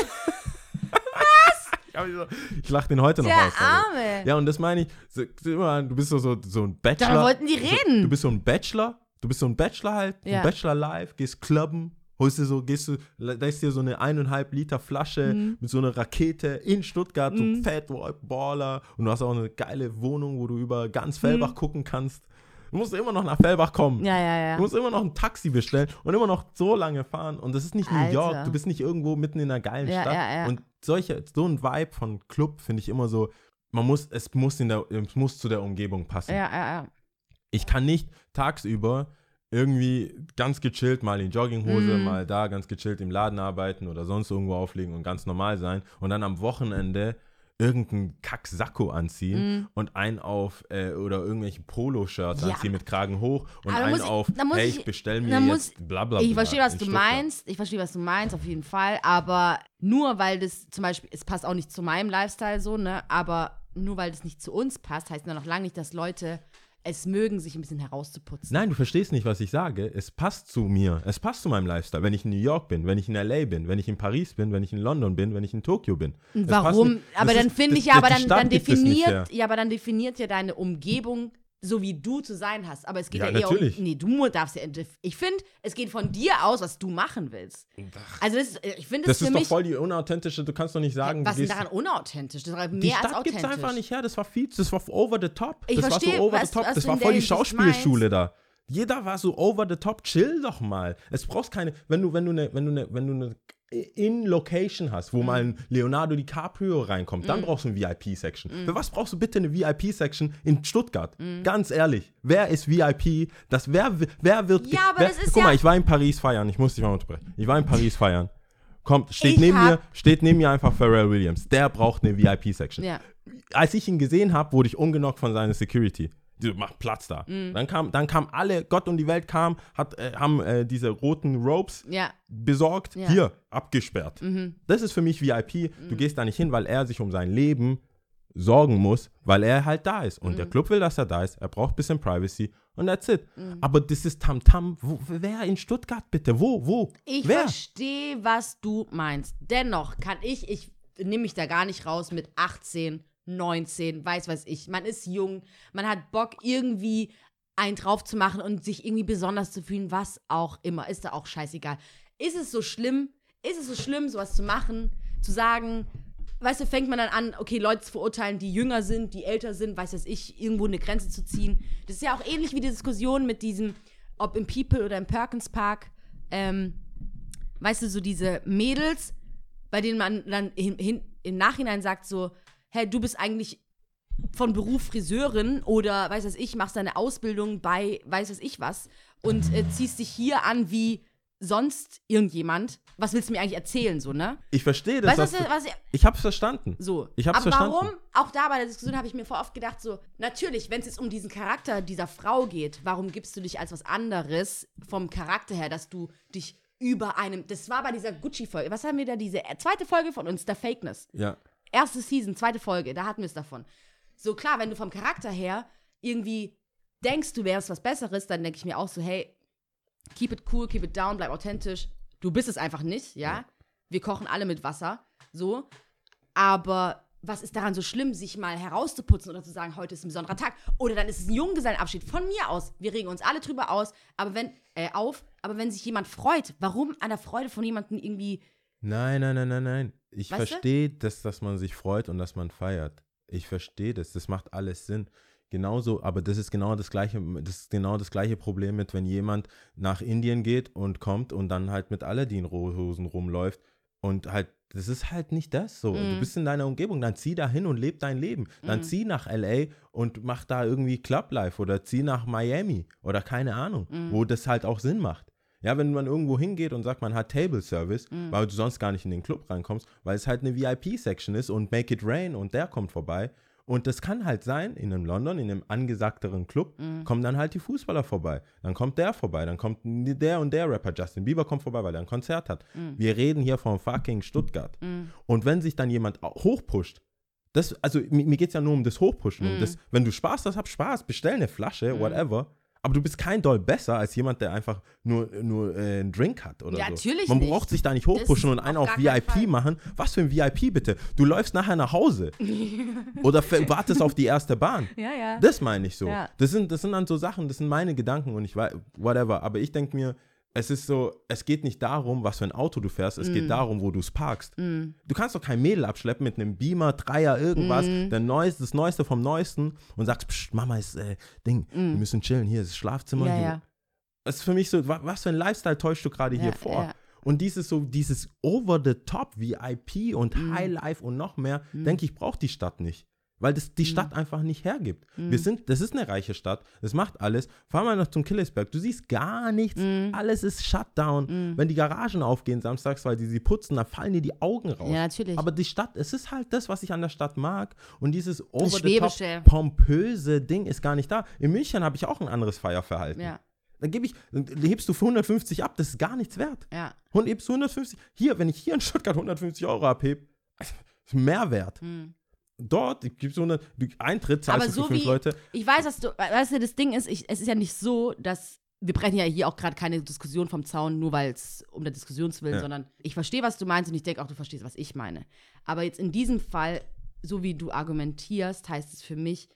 S4: Was? Ich, hab mich so- ich lach den heute noch
S2: der
S4: aus. Alter.
S2: Arme.
S4: Ja, und das meine ich, so, so immer, du bist so, so, so ein Bachelor.
S2: Darüber wollten die
S4: So,
S2: reden.
S4: du bist so ein Bachelor, du bist so ein Bachelor halt, so
S2: Ja.
S4: ein Bachelor live, gehst clubben, holst dir so, gehst du, da ist dir so eine eineinhalb Liter Flasche
S2: Mhm.
S4: mit so einer Rakete in Stuttgart, so Fat Boy, Baller und du hast auch eine geile Wohnung, wo du über ganz Fellbach
S2: Mhm.
S4: gucken kannst. Du musst immer noch nach Fellbach kommen.
S2: ja, ja,
S4: Du
S2: ja.
S4: musst immer noch ein Taxi bestellen und immer noch so lange fahren. Und das ist nicht New
S2: Alter.
S4: York, du bist nicht irgendwo mitten in einer geilen
S2: Ja,
S4: Stadt.
S2: ja, ja.
S4: Und solche, so ein Vibe von Club finde ich immer so, man muss, es muss, in der, es muss zu der Umgebung passen.
S2: Ja, ja, ja.
S4: Ich kann nicht tagsüber irgendwie ganz gechillt mal in
S2: Mhm.
S4: Jogginghose, mal da ganz gechillt im Laden arbeiten oder sonst irgendwo auflegen und ganz normal sein und dann am Wochenende irgendeinen Kacksacko anziehen und einen auf äh, oder irgendwelche Polo-Shirts
S2: Mhm. Ja.
S4: anziehen mit Kragen hoch
S2: Aber
S4: und
S2: da
S4: einen
S2: muss ich-
S4: auf,
S2: da muss
S4: hey,
S2: ich-
S4: ich bestell mir
S2: da muss-
S4: jetzt bla bla bla.
S2: Ich verstehe, was
S4: in
S2: du
S4: Stuttgart.
S2: meinst. Ich verstehe, was du meinst, auf jeden Fall. Aber nur weil das zum Beispiel, es passt auch nicht zu meinem Lifestyle so, ne? Aber nur weil das nicht zu uns passt, heißt ja noch lange nicht, dass Leute es mögen, sich ein bisschen herauszuputzen.
S4: Nein, du verstehst nicht, was ich sage. Es passt zu mir. Es passt zu meinem Lifestyle. Wenn ich in New York bin, wenn ich in LA bin, wenn ich in Paris bin, wenn ich in London bin, wenn ich in Tokio bin. Es passt
S2: Warum?
S4: nicht.
S2: Aber
S4: Das
S2: dann
S4: ist-
S2: finde
S4: das-
S2: ich ja,
S4: die
S2: aber dann,
S4: Stadt
S2: dann
S4: gibt es nicht her.
S2: definiert, ja, aber dann definiert ja deine Umgebung, so wie du zu sein hast. Aber es geht
S4: Ja,
S2: ja, eher
S4: natürlich.
S2: um. Nee, du mu- darfst ja. def- Ich finde, es geht von dir aus, was du machen willst. Also das, ist- ich finde
S4: Das
S2: es
S4: ist
S2: für
S4: doch
S2: mich.
S4: voll die unauthentische, du kannst doch nicht sagen,
S2: was
S4: du
S2: ist
S4: gehst,
S2: denn daran unauthentisch? Das war mehr
S4: die
S2: als
S4: Stadt
S2: authentisch.
S4: gibt's einfach nicht her, das war viel, das war over the top.
S2: Ich
S4: das war
S2: verstehe,
S4: so over
S2: was-
S4: the top,
S2: was
S4: das
S2: du
S4: war
S2: in
S4: voll
S2: der
S4: die
S2: Hinsicht
S4: Schauspielschule da. Jeder war so over the top, chill doch mal. Es brauchst keine, wenn du, wenn du eine, wenn du eine, wenn du eine in Location hast,
S2: Mhm.
S4: wo mal ein Leonardo DiCaprio reinkommt, dann brauchst du eine VIP-Section.
S2: Mhm.
S4: Für was brauchst du bitte eine VIP-Section in Stuttgart? Ganz ehrlich, wer ist VIP? Das, wer, wer wird. ge-
S2: Ja, aber
S4: wer,
S2: das ist
S4: Guck
S2: ja-
S4: mal, ich war in Paris feiern, ich muss dich mal unterbrechen. Ich war in Paris feiern. Kommt, steht
S2: Ich
S4: neben,
S2: hab-
S4: mir, steht neben mir einfach Pharrell Williams. Der braucht eine VIP-Section
S2: Ja.
S4: als ich ihn gesehen habe, wurde ich umgenockt von seiner Security. Die so, macht Platz da.
S2: Mhm.
S4: Dann kam, dann kam alle, Gott und die Welt kam, hat, äh, haben äh, diese roten Ropes
S2: Ja.
S4: besorgt,
S2: Ja. Mhm.
S4: hier, abgesperrt. Das ist für mich VIP. Du gehst da nicht hin, weil er sich um sein Leben sorgen muss, weil er halt da ist. Und
S2: Mhm.
S4: der Club will, dass er da ist. Er braucht ein bisschen Privacy und that's it.
S2: Mhm.
S4: Aber das ist Tamtam. Wo- Wer in Stuttgart bitte? Wo? Wo?
S2: Ich
S4: wer?
S2: verstehe, was du meinst. Dennoch kann ich, ich nehme mich da gar nicht raus mit 18, 19, weiß weiß ich. Man ist jung, man hat Bock irgendwie einen drauf zu machen und sich irgendwie besonders zu fühlen, was auch immer. Ist da auch scheißegal. Ist es so schlimm? Ist es so schlimm, sowas zu machen? Zu sagen, weißt du, fängt man dann an, okay, Leute zu verurteilen, die jünger sind, die älter sind, weiß weiß ich, irgendwo eine Grenze zu ziehen. Das ist ja auch ähnlich wie die Diskussion mit diesem, ob im People oder im Perkins Park, ähm, weißt du, so diese Mädels, bei denen man dann hin, hin, im Nachhinein sagt so, hey, du bist eigentlich von Beruf Friseurin oder weiß was ich, machst deine Ausbildung bei weiß was ich was und äh, ziehst dich hier an wie sonst irgendjemand. Was willst du mir eigentlich erzählen, so, ne?
S4: Ich verstehe das.
S2: Weißt du,
S4: dass du-
S2: was, was
S4: ich hab's verstanden.
S2: so.
S4: Ich hab's
S2: Aber
S4: verstanden.
S2: warum? Auch da bei der Diskussion habe ich mir vor oft gedacht, so, natürlich, wenn es jetzt um diesen Charakter dieser Frau geht, warum gibst du dich als was anderes vom Charakter her, dass du dich über einem. Das war bei dieser Gucci-Folge. Was haben wir da? Diese äh, zweite Folge von uns, der Fakeness.
S4: Ja.
S2: Erste Season, zweite Folge, da hatten wir es davon. So klar, wenn du vom Charakter her irgendwie denkst, du wärst was Besseres, dann denke ich mir auch so, hey, keep it cool, keep it down, bleib authentisch. Du bist es einfach nicht, ja? Wir kochen alle mit Wasser, so. Aber was ist daran so schlimm, sich mal herauszuputzen oder zu sagen, heute ist ein besonderer Tag? Oder dann ist es ein Junggesellenabschied von mir aus. Wir regen uns alle drüber aus, aber wenn, äh, auf, aber wenn sich jemand freut, warum an der Freude von jemandem irgendwie,
S4: Nein, nein, nein, nein, nein. Ich
S2: Weißt du?
S4: verstehe, dass, dass man sich freut und dass man feiert. Ich verstehe das. Das macht alles Sinn. Genauso, aber das ist genau das gleiche, das ist genau das gleiche Problem mit, wenn jemand nach Indien geht und kommt und dann halt mit Aladdin-Hosen rumläuft und halt, das ist halt nicht das so.
S2: Mhm.
S4: Du bist in deiner Umgebung, dann zieh da hin und leb dein Leben. Dann zieh nach LA und mach da irgendwie Clublife oder zieh nach Miami oder keine Ahnung,
S2: Mhm.
S4: wo das halt auch Sinn macht. Ja, wenn man irgendwo hingeht und sagt, man hat Table Service, weil du sonst gar nicht in den Club reinkommst, weil es halt eine VIP-Section ist und Make It Rain und der kommt vorbei. Und das kann halt sein, in einem London, in einem angesagteren Club, kommen dann halt die Fußballer vorbei. Dann kommt der vorbei, dann kommt der und der Rapper. Justin Bieber kommt vorbei, weil er ein Konzert hat. Wir reden hier von fucking Stuttgart. Und wenn sich dann jemand au- hochpusht, das, also mir, mir geht es ja nur um das Hochpushen.
S2: Mhm.
S4: Um das, wenn du Spaß hast, hab Spaß, bestell eine Flasche, whatever. Aber du bist kein Doll besser als jemand, der einfach nur, nur äh, einen Drink hat oder
S2: Ja,
S4: so.
S2: natürlich
S4: Man
S2: nicht.
S4: braucht sich da nicht hochpushen und einen
S2: auf
S4: auf
S2: gar keinen
S4: VIP
S2: Fall.
S4: machen. Was für ein VIP bitte? Du läufst nachher nach Hause oder fe- wartest auf die erste Bahn.
S2: ja, ja.
S4: Das meine ich so.
S2: Ja.
S4: Das, sind, das sind dann so Sachen, das sind meine Gedanken und ich weiß, whatever. Aber ich denke mir, es ist so, es geht nicht darum, was für ein Auto du fährst, es
S2: Mm.
S4: geht darum, wo du es parkst. Du kannst doch kein Mädel abschleppen mit einem Beamer, Dreier, irgendwas,
S2: Mm.
S4: der Neues, das Neueste vom Neuesten und sagst, Psst, Mama ist äh, Ding, wir müssen chillen, hier ist das Schlafzimmer.
S2: Mm. Ja,
S4: hier.
S2: ja.
S4: Das ist für mich so, wa- was für ein Lifestyle täuschst du gerade
S2: Ja,
S4: hier vor?
S2: ja.
S4: Und dieses so, dieses Over-the-Top VIP und
S2: Mhm.
S4: High Life und noch mehr, denke ich, braucht die Stadt nicht. Weil das
S2: Mhm.
S4: die Stadt einfach nicht hergibt. Wir sind, das ist eine reiche Stadt, das macht alles. Fahr mal noch zum Killesberg, du siehst gar nichts,
S2: Mhm.
S4: alles ist Shutdown. Wenn die Garagen aufgehen samstags, weil die sie putzen, dann fallen dir die Augen raus.
S2: Ja, natürlich.
S4: Aber die Stadt, es ist halt das, was ich an der Stadt mag. Und dieses
S2: Schwäbische.
S4: Over-the-Top, pompöse Ding ist gar nicht da. In München habe ich auch ein anderes Feierverhalten.
S2: Ja.
S4: Dann gebe ich, dann hebst du für 150 ab, das ist gar nichts wert.
S2: Ja.
S4: Und hebst du 150, hier, wenn ich hier in Stuttgart 150 Euro abhebe, ist Mehrwert. Dort gibst du 100, du Eintritt, zahlst
S2: Hm. Aber so
S4: du für fünf
S2: wie,
S4: Leute.
S2: ich weiß, dass du, weißt du, das Ding ist, ich, es ist ja nicht so, dass, wir brechen ja hier auch gerade keine Diskussion vom Zaun, nur weil es um der Diskussionswillen,
S4: Ja.
S2: sondern ich verstehe, was du meinst und ich denke auch, du verstehst, was ich meine. Aber jetzt in diesem Fall, so wie du argumentierst, heißt es für mich,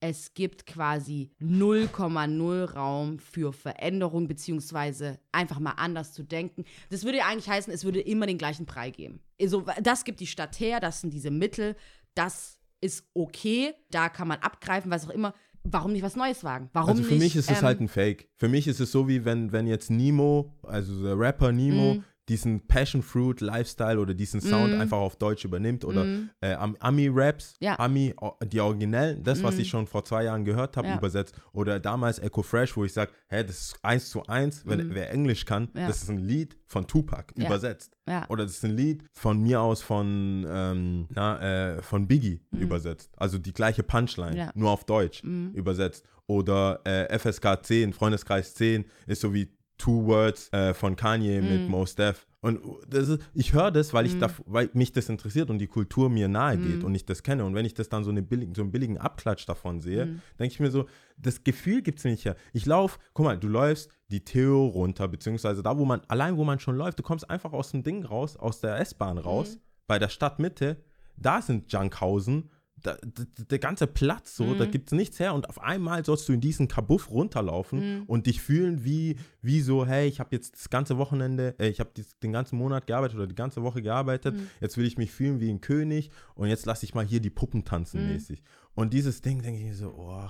S2: es gibt quasi 0,0 Raum für Veränderung, beziehungsweise einfach mal anders zu denken. Das würde ja eigentlich heißen, es würde immer den gleichen Preis geben. Also, das gibt die Stadt her, das sind diese Mittel, das ist okay, da kann man abgreifen, was auch immer. Warum nicht was Neues wagen? Warum
S4: also für
S2: nicht,
S4: mich ist es
S2: ähm, Mhm.
S4: halt ein Fake. Für mich ist es so, wie wenn, wenn jetzt Nimo, also der Rapper Nimo, diesen Passion Fruit Lifestyle oder diesen Sound einfach auf Deutsch übernimmt oder äh, Am- Ami-Raps,
S2: Mhm. Ja. Mhm.
S4: Ami, o- die Originellen, das, was ich schon vor zwei Jahren gehört habe,
S2: Ja.
S4: übersetzt. Oder damals Echo Fresh, wo ich sage, hä, das ist eins zu eins, wenn, wer Englisch kann,
S2: Mhm. Ja.
S4: das ist ein Lied von Tupac
S2: Ja.
S4: übersetzt.
S2: Ja.
S4: Oder das ist ein Lied von mir aus von, ähm, na, äh, von Biggie
S2: Mhm.
S4: übersetzt. Also die gleiche Punchline,
S2: Ja.
S4: nur auf Deutsch übersetzt. Oder äh, FSK 10, Freundeskreis 10, ist so wie Two Words äh, von Kanye mit Mos Def. Und das ist, ich höre das, weil, ich da, weil mich das interessiert und die Kultur mir nahe geht und ich das kenne. Und wenn ich das dann so, eine billigen, so einen billigen Abklatsch davon sehe, denke ich mir so, das Gefühl gibt es nicht her. Ich laufe, guck mal, du läufst die Theo runter, beziehungsweise da, wo man, allein wo man schon läuft, du kommst einfach aus dem Ding raus, aus der S-Bahn raus, bei der Stadtmitte, da sind Junkhausen, da, d- d- der ganze Platz so, da gibt's nichts her und auf einmal sollst du in diesen Kabuff runterlaufen und dich fühlen wie, wie so, hey, ich habe jetzt das ganze Wochenende, äh, ich habe den ganzen Monat gearbeitet oder die ganze Woche gearbeitet, jetzt will ich mich fühlen wie ein König und jetzt lasse ich mal hier die Puppen tanzen mäßig. Und dieses Ding denke ich mir so, oh,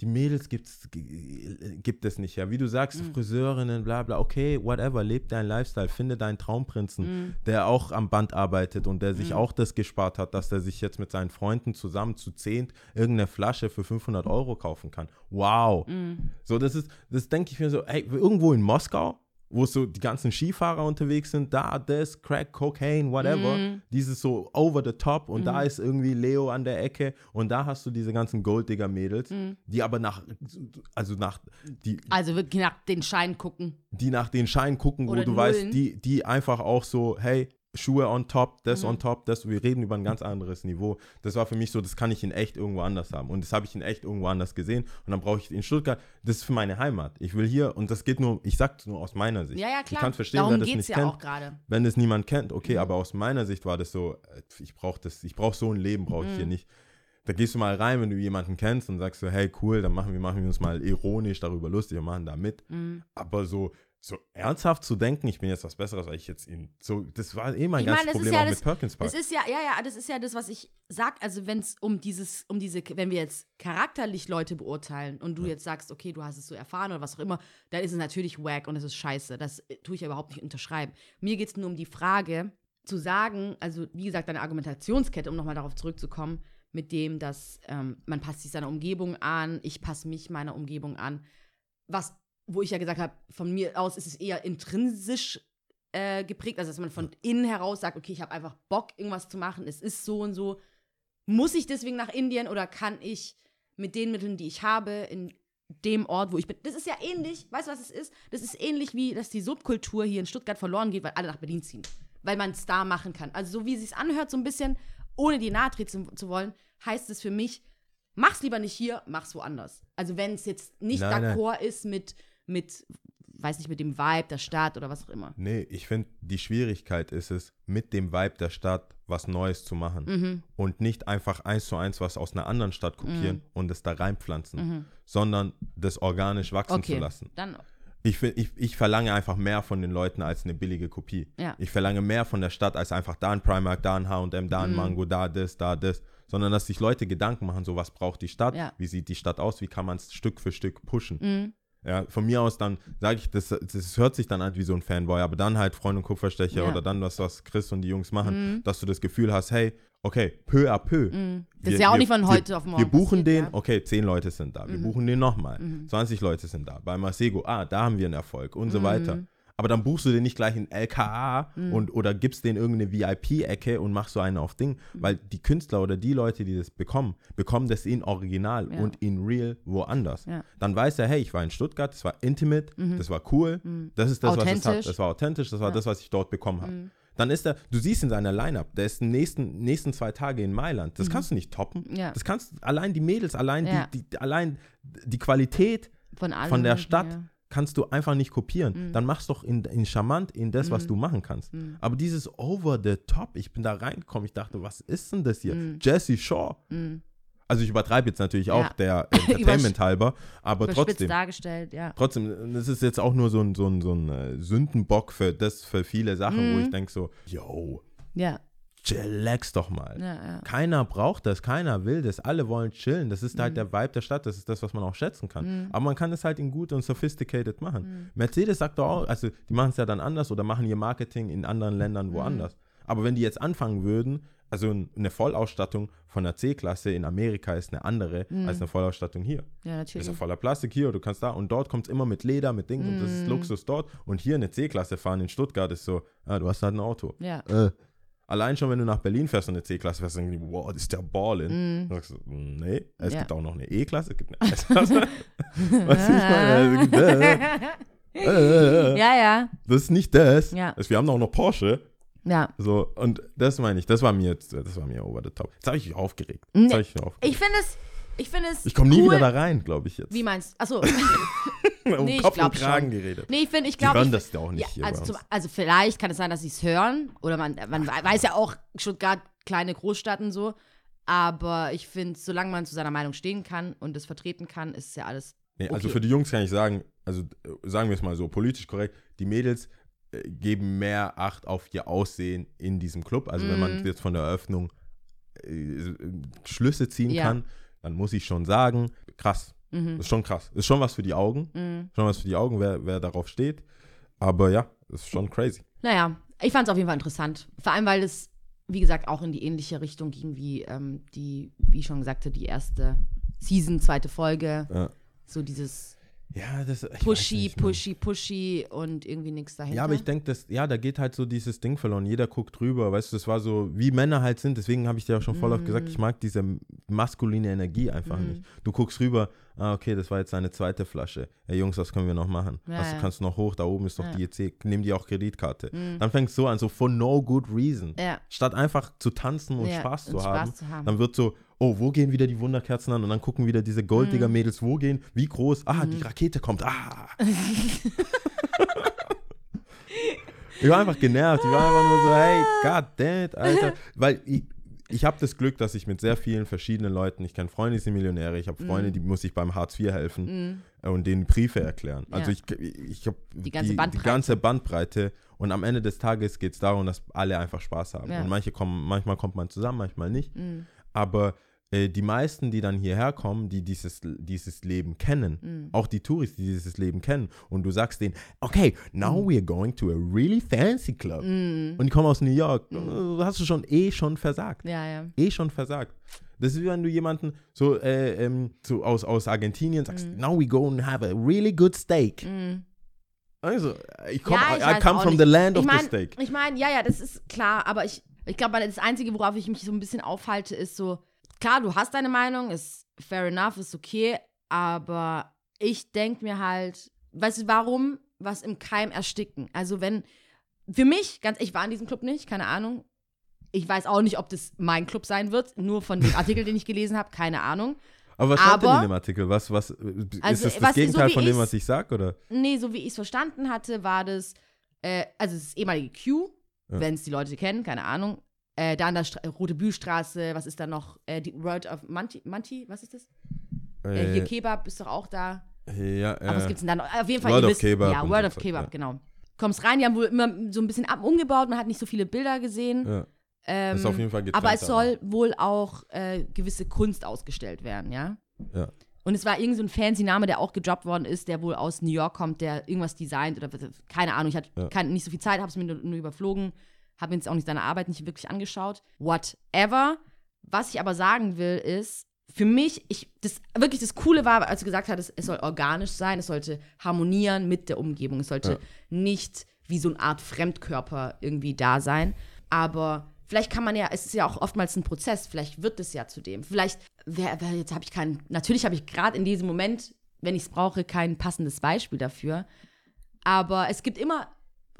S4: die Mädels gibt's, g- gibt es nicht, ja. Wie du sagst, Friseurinnen, bla bla, okay, whatever, leb deinen Lifestyle, finde deinen Traumprinzen, der auch am Band arbeitet und der sich auch das gespart hat, dass er sich jetzt mit seinen Freunden zusammen zu zehnt irgendeine Flasche für 500 Euro kaufen kann. Wow. So, das ist, das denke ich mir so, ey, irgendwo in Moskau, wo so die ganzen Skifahrer unterwegs sind, da, das, Crack, Cocaine, whatever, dieses so over the top und da ist irgendwie Leo an der Ecke und da hast du diese ganzen Golddigger-Mädels, die aber nach, also nach, die,
S2: Also wirklich nach den Schein gucken.
S4: die nach den Scheinen gucken, wo
S2: Oder
S4: du
S2: Nullen.
S4: weißt, die, die einfach auch so, hey, Schuhe on top, das
S2: Mhm.
S4: on top, das, wir reden über ein ganz anderes Niveau. Das war für mich so, das kann ich in echt irgendwo anders haben. Und das habe ich in echt irgendwo anders gesehen. Und dann brauche ich in Stuttgart, das ist für meine Heimat. Ich will hier, und das geht nur, ich sag's nur aus meiner Sicht.
S2: Ja, ja,
S4: Ich
S2: klar.
S4: kann verstehen,
S2: Darum
S4: wer das
S2: geht's
S4: nicht
S2: ja
S4: kennt.
S2: auch gerade. Mhm.
S4: Wenn es niemand kennt, okay, aber aus meiner Sicht war das so, äh, ich brauche das, ich brauche so ein Leben, brauche ich hier
S2: Mhm.
S4: nicht. Da gehst du mal rein, wenn du jemanden kennst und sagst so, hey, cool, dann machen wir, machen wir uns mal ironisch darüber lustig und machen da mit.
S2: Mhm.
S4: Aber so, so ernsthaft zu denken, ich bin jetzt was Besseres, weil ich jetzt in so, das war eh mein
S2: Ich meine,
S4: ganzes
S2: das
S4: Problem
S2: ist ja
S4: auch
S2: das-
S4: mit Perkins Park.
S2: Das ist ja, ja, ja, das ist ja das, was ich sag. Also wenn es um dieses, um diese, wenn wir jetzt charakterlich Leute beurteilen und du jetzt sagst, okay, du hast es so erfahren oder was auch immer, dann ist es natürlich wack und es ist scheiße. Das äh, tue ich ja überhaupt nicht unterschreiben. Mir geht es nur um die Frage zu sagen, also wie gesagt, deine Argumentationskette, um nochmal darauf zurückzukommen, mit dem, dass ähm, man passt sich seiner Umgebung an, ich passe mich meiner Umgebung an. Was, wo ich ja gesagt habe, von mir aus ist es eher intrinsisch äh, geprägt, also dass man von innen heraus sagt, okay, ich habe einfach Bock, irgendwas zu machen, es ist so und so. Muss ich deswegen nach Indien oder kann ich mit den Mitteln, die ich habe, in dem Ort, wo ich bin. Das ist ja ähnlich, weißt du, was es ist? Das ist ähnlich wie, dass die Subkultur hier in Stuttgart verloren geht, weil alle nach Berlin ziehen. Weil man es da machen kann. Also so wie es sich anhört, so ein bisschen, ohne dir nahe treten zu, zu wollen, heißt es für mich, mach's lieber nicht hier, mach's woanders. Also wenn es jetzt nicht
S4: Nein, nein.
S2: d'accord ist mit, mit, weiß nicht, mit dem Vibe der Stadt oder was auch immer.
S4: Nee, ich finde, die Schwierigkeit ist es, mit dem Vibe der Stadt was Neues zu machen
S2: Mhm.
S4: und nicht einfach eins zu eins was aus einer anderen Stadt kopieren
S2: Mhm.
S4: und es da reinpflanzen, sondern das organisch wachsen
S2: Okay,
S4: zu lassen.
S2: dann
S4: Ich, find, ich, ich verlange einfach mehr von den Leuten als eine billige Kopie.
S2: Ja.
S4: Ich verlange mehr von der Stadt als einfach da ein Primark, da ein H&M, da
S2: Mhm.
S4: ein Mango, da das, da das. Sondern, dass sich Leute Gedanken machen, so was braucht die Stadt,
S2: Ja. Mhm.
S4: wie sieht die Stadt aus, wie kann man es Stück für Stück pushen. Ja, von mir aus dann sage ich, das, das hört sich dann an wie so ein Fanboy, aber dann halt Freund und Kupferstecher
S2: Ja. Mhm.
S4: oder dann was, was Chris und die Jungs machen, dass du das Gefühl hast, hey, okay, peu à peu.
S2: Das ist ja auch nicht von heute auf morgen
S4: Wir buchen
S2: passiert,
S4: den,
S2: ja.
S4: okay, zehn Leute sind da. Wir
S2: Mhm.
S4: buchen den nochmal. 20 Leute sind da. Bei Masego, ah, da haben wir einen Erfolg und
S2: Mhm.
S4: so weiter. Aber dann buchst du den nicht gleich in LKA und, oder gibst den irgendeine VIP-Ecke und machst so einen auf Ding.
S2: Mhm.
S4: Weil die Künstler oder die Leute, die das bekommen, bekommen das in Original und in Real woanders.
S2: Ja. Mhm.
S4: Dann weiß er, hey, ich war in Stuttgart, das war intimate, das war cool, das ist das, was es hat.
S2: Authentisch. Mhm.
S4: Das war authentisch, das war das, was ich dort bekommen habe. Dann ist er, du siehst in seiner Line-Up, der ist die nächsten, nächsten zwei Tage in Mailand. Das kannst du nicht toppen.
S2: Mhm. Ja.
S4: Das kannst allein die Mädels, allein,
S2: Ja.
S4: die, die, allein die Qualität
S2: von allem.
S4: von der Stadt
S2: Ja. Mhm.
S4: kannst du einfach nicht kopieren. Dann machst doch in, in charmant in das, was du machen kannst. Aber dieses over the top, ich bin da reingekommen, ich dachte, was ist denn das hier? Jesse Shaw. Also ich übertreibe jetzt natürlich auch
S2: Mhm. Ja.
S4: der Entertainment halber, aber
S2: Überspitzt
S4: trotzdem.
S2: dargestellt, ja.
S4: Trotzdem, das ist jetzt auch nur so ein,
S2: Mhm.
S4: so ein, so ein äh, Sündenbock für das, für viele Sachen, wo ich denke so, yo,
S2: Ja.
S4: chillax doch mal.
S2: Ja, ja.
S4: Keiner braucht das, keiner will das, alle wollen chillen. Das ist
S2: Mhm.
S4: halt der Vibe der Stadt, das ist das, was man auch schätzen kann. Aber man kann es halt in gut und sophisticated
S2: Mhm.
S4: machen. Mercedes sagt doch auch, also die machen es ja dann anders oder machen ihr Marketing in anderen
S2: Mhm.
S4: Ländern woanders. Aber wenn die jetzt anfangen würden, also n- eine Vollausstattung von der C-Klasse in Amerika ist eine andere
S2: Mhm.
S4: als eine Vollausstattung hier.
S2: Ja,
S4: Das
S2: natürlich.
S4: ist voller Plastik hier, du kannst da und dort kommt es immer mit Leder, mit Dingen und das
S2: Mhm.
S4: ist Luxus dort. Und hier eine C-Klasse fahren in Stuttgart ist so, ah, du hast halt ein Auto.
S2: Ja.
S4: Äh. Allein schon, wenn du nach Berlin fährst und eine C-Klasse fährst, dann denken die, wow, das ist der Ballin. Dann sagst du, "Mm, nee, es
S2: Mhm. Ja.
S4: gibt auch noch eine E-Klasse, es gibt eine S-Klasse. Was ich meine? Also, äh, äh, äh,
S2: Ja, ja.
S4: Das ist nicht das.
S2: Ja.
S4: Also, wir haben auch noch Porsche.
S2: Ja.
S4: So, und das meine ich, das war mir jetzt, das war mir over the top. Jetzt habe ich mich aufgeregt. Jetzt
S2: Nee.
S4: hab ich mich aufgeregt.
S2: Ich finde es. Ich finde es.
S4: Ich, komme nie
S2: cool.
S4: wieder da rein, glaube ich jetzt.
S2: Wie meinst du? Achso.
S4: um
S2: nee, ich
S4: Kopf
S2: glaub
S4: und Kragen
S2: schon.
S4: geredet.
S2: Nee, ich finde, ich
S4: Die
S2: glaube.
S4: hören das ja auch nicht
S2: Ja,
S4: hier
S2: also,
S4: bei
S2: zum,
S4: uns.
S2: also vielleicht kann es sein, dass sie es hören. Oder man, man weiß ja auch, Stuttgart, kleine Großstaaten so. Aber ich finde, solange man zu seiner Meinung stehen kann und es vertreten kann, ist ja alles.
S4: Nee, also
S2: Okay.
S4: für die Jungs kann ich sagen, also äh, sagen wir es mal so, politisch korrekt, die Mädels äh, geben mehr Acht auf ihr Aussehen in diesem Club. Also wenn
S2: Mhm.
S4: man jetzt von der Eröffnung äh, Schlüsse ziehen
S2: Ja. Mhm.
S4: kann, dann muss ich schon sagen, krass. Ist schon krass. Ist schon was für die Augen. Schon was für die Augen, wer, wer darauf steht. Aber ja, ist schon crazy.
S2: Naja, ich fand es auf jeden Fall interessant. Vor allem, weil es, wie gesagt, auch in die ähnliche Richtung ging wie ähm, die, wie ich schon sagte, die erste Season, zweite Folge.
S4: Ja.
S2: So dieses
S4: Ja, das ich weiß
S2: Pushy,
S4: nicht, man.
S2: Pushy, Pushy und irgendwie nichts dahinter.
S4: Ja, aber ich denke, dass, ja, da geht halt so dieses Ding verloren. Jeder guckt drüber, weißt du, das war so, wie Männer halt sind. Deswegen habe ich dir auch schon voll oft gesagt,
S2: Mhm.
S4: ich mag diese maskuline Energie einfach nicht. Du guckst rüber, ah, okay, das war jetzt eine zweite Flasche. Ey, Jungs, was können wir noch machen?
S2: Ja,
S4: was
S2: ja.
S4: kannst du noch hoch? Da oben ist doch
S2: Ja. Mhm.
S4: die EC. Nimm dir auch Kreditkarte. Dann fängst du so an, so for no good reason.
S2: Ja.
S4: Statt einfach zu tanzen und,
S2: Ja,
S4: Spaß, zu
S2: und Spaß
S4: haben,
S2: zu haben.
S4: dann wird so, oh, wo gehen wieder die Wunderkerzen an? Und dann gucken wieder diese Golddigger-Mädels, wo gehen, wie groß, ah,
S2: Mhm.
S4: die Rakete kommt, ah. Ich war einfach genervt. Ich war einfach nur so, hey, god damn it, Alter. Weil ich, ich habe das Glück, dass ich mit sehr vielen verschiedenen Leuten, ich kenne Freunde, die sind Millionäre, ich
S2: Mhm.
S4: habe Freunde, die muss ich beim Hartz IV helfen äh, und denen Briefe erklären. Also
S2: Ja.
S4: ich, ich habe die,
S2: ganze
S4: die
S2: Bandbreite.
S4: ganze Bandbreite. Und am Ende des Tages geht es darum, dass alle einfach Spaß haben.
S2: Ja.
S4: Und manche kommen, manchmal kommt man zusammen, manchmal nicht. Aber äh, die meisten, die dann hierher kommen, die dieses, dieses Leben kennen, auch die Touris, die dieses Leben kennen, und du sagst denen, okay, now we're going to a really fancy club. Und die kommen aus New York, äh, hast du schon eh schon versagt.
S2: ja, ja.
S4: Eh schon versagt. Das ist wie wenn du jemanden so, äh, ähm, so aus, aus Argentinien sagst,
S2: Mhm.
S4: now we go and have a really good steak. Also, ich komme,
S2: Ja, ich
S4: I,
S2: weiß
S4: come
S2: auch
S4: from
S2: nicht.
S4: the land
S2: ich
S4: of
S2: mein,
S4: the steak.
S2: Ich meine, ja, ja, das ist klar, aber ich, ich glaube, das Einzige, worauf ich mich so ein bisschen aufhalte, ist so, klar, du hast deine Meinung, ist fair enough, ist okay, aber ich denke mir halt, weißt du, warum was im Keim ersticken? Also wenn, für mich, ganz, ich war in diesem Club nicht, keine Ahnung. Ich weiß auch nicht, ob das mein Club sein wird, nur von dem Artikel, den ich gelesen habe, keine Ahnung.
S4: Aber was stand denn in
S2: aber-
S4: dem Artikel? Was, was, äh,
S2: Also,
S4: ist das das
S2: was- so
S4: Gegenteil
S2: wie
S4: von dem,
S2: ich's-
S4: was ich sag, oder?
S2: Nee, so wie ich es verstanden hatte, war das, äh, also das ehemalige Q,
S4: Ja.
S2: wenn es die Leute kennen, keine Ahnung. Äh, da an der Stra Rote Bühlstraße, was ist da noch? Äh, die World of Manti, Manti, was ist das? Äh, hier Kebab ist doch auch da.
S4: Ja,
S2: Aber was
S4: äh,
S2: gibt's denn da noch? Auf jeden Fall,
S4: World
S2: ihr
S4: of
S2: wisst,
S4: Kebab
S2: Ja,
S4: und
S2: World
S4: so
S2: of
S4: Zeug,
S2: Kebab,
S4: ja.
S2: genau. Kommst rein, die haben wohl immer so ein bisschen ab umgebaut, man hat nicht so viele Bilder gesehen.
S4: ja.
S2: Ähm,
S4: ist auf jeden Fall
S2: aber es
S4: getrennter.
S2: soll wohl auch äh, gewisse Kunst ausgestellt werden, ja?
S4: Ja.
S2: Und es war irgend so ein fancy Name, der auch gedroppt worden ist, der wohl aus New York kommt, der irgendwas designt oder was- keine Ahnung. Ich hatte
S4: Ja.
S2: kein, nicht so viel Zeit, habe es mir nur, nur überflogen, habe mir jetzt auch nicht seine Arbeit nicht wirklich angeschaut. Whatever. Was ich aber sagen will, ist, für mich, ich, das wirklich das Coole war, als du gesagt hattest, es soll organisch sein, es sollte harmonieren mit der Umgebung, es sollte
S4: Ja.
S2: nicht wie so eine Art Fremdkörper irgendwie da sein. Aber vielleicht kann man ja, es ist ja auch oftmals ein Prozess, vielleicht wird es ja zu dem. Vielleicht, wer, wer, jetzt habe ich keinen, natürlich habe ich gerade in diesem Moment, wenn ich es brauche, kein passendes Beispiel dafür. Aber es gibt immer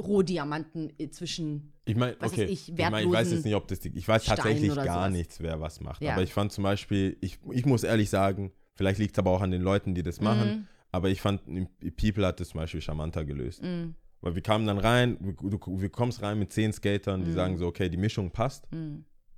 S2: Rohdiamanten äh, zwischen.
S4: Ich meine,
S2: was weiß
S4: okay,
S2: ich,
S4: ich, mein, ich weiß
S2: wertlosen
S4: jetzt nicht, ob das die, ich weiß
S2: Steinen
S4: tatsächlich
S2: oder
S4: gar
S2: sowas.
S4: nichts, wer was macht.
S2: Ja.
S4: Aber ich fand zum Beispiel, ich, ich muss ehrlich sagen, vielleicht liegt es aber auch an den Leuten, die
S2: Mhm.
S4: das machen. Aber ich fand, People hat das zum Beispiel charmanter gelöst.
S2: Mhm.
S4: Weil wir kamen dann rein, du, du, wir kommst rein mit zehn Skatern,
S2: Mhm.
S4: die sagen so, okay, die Mischung passt.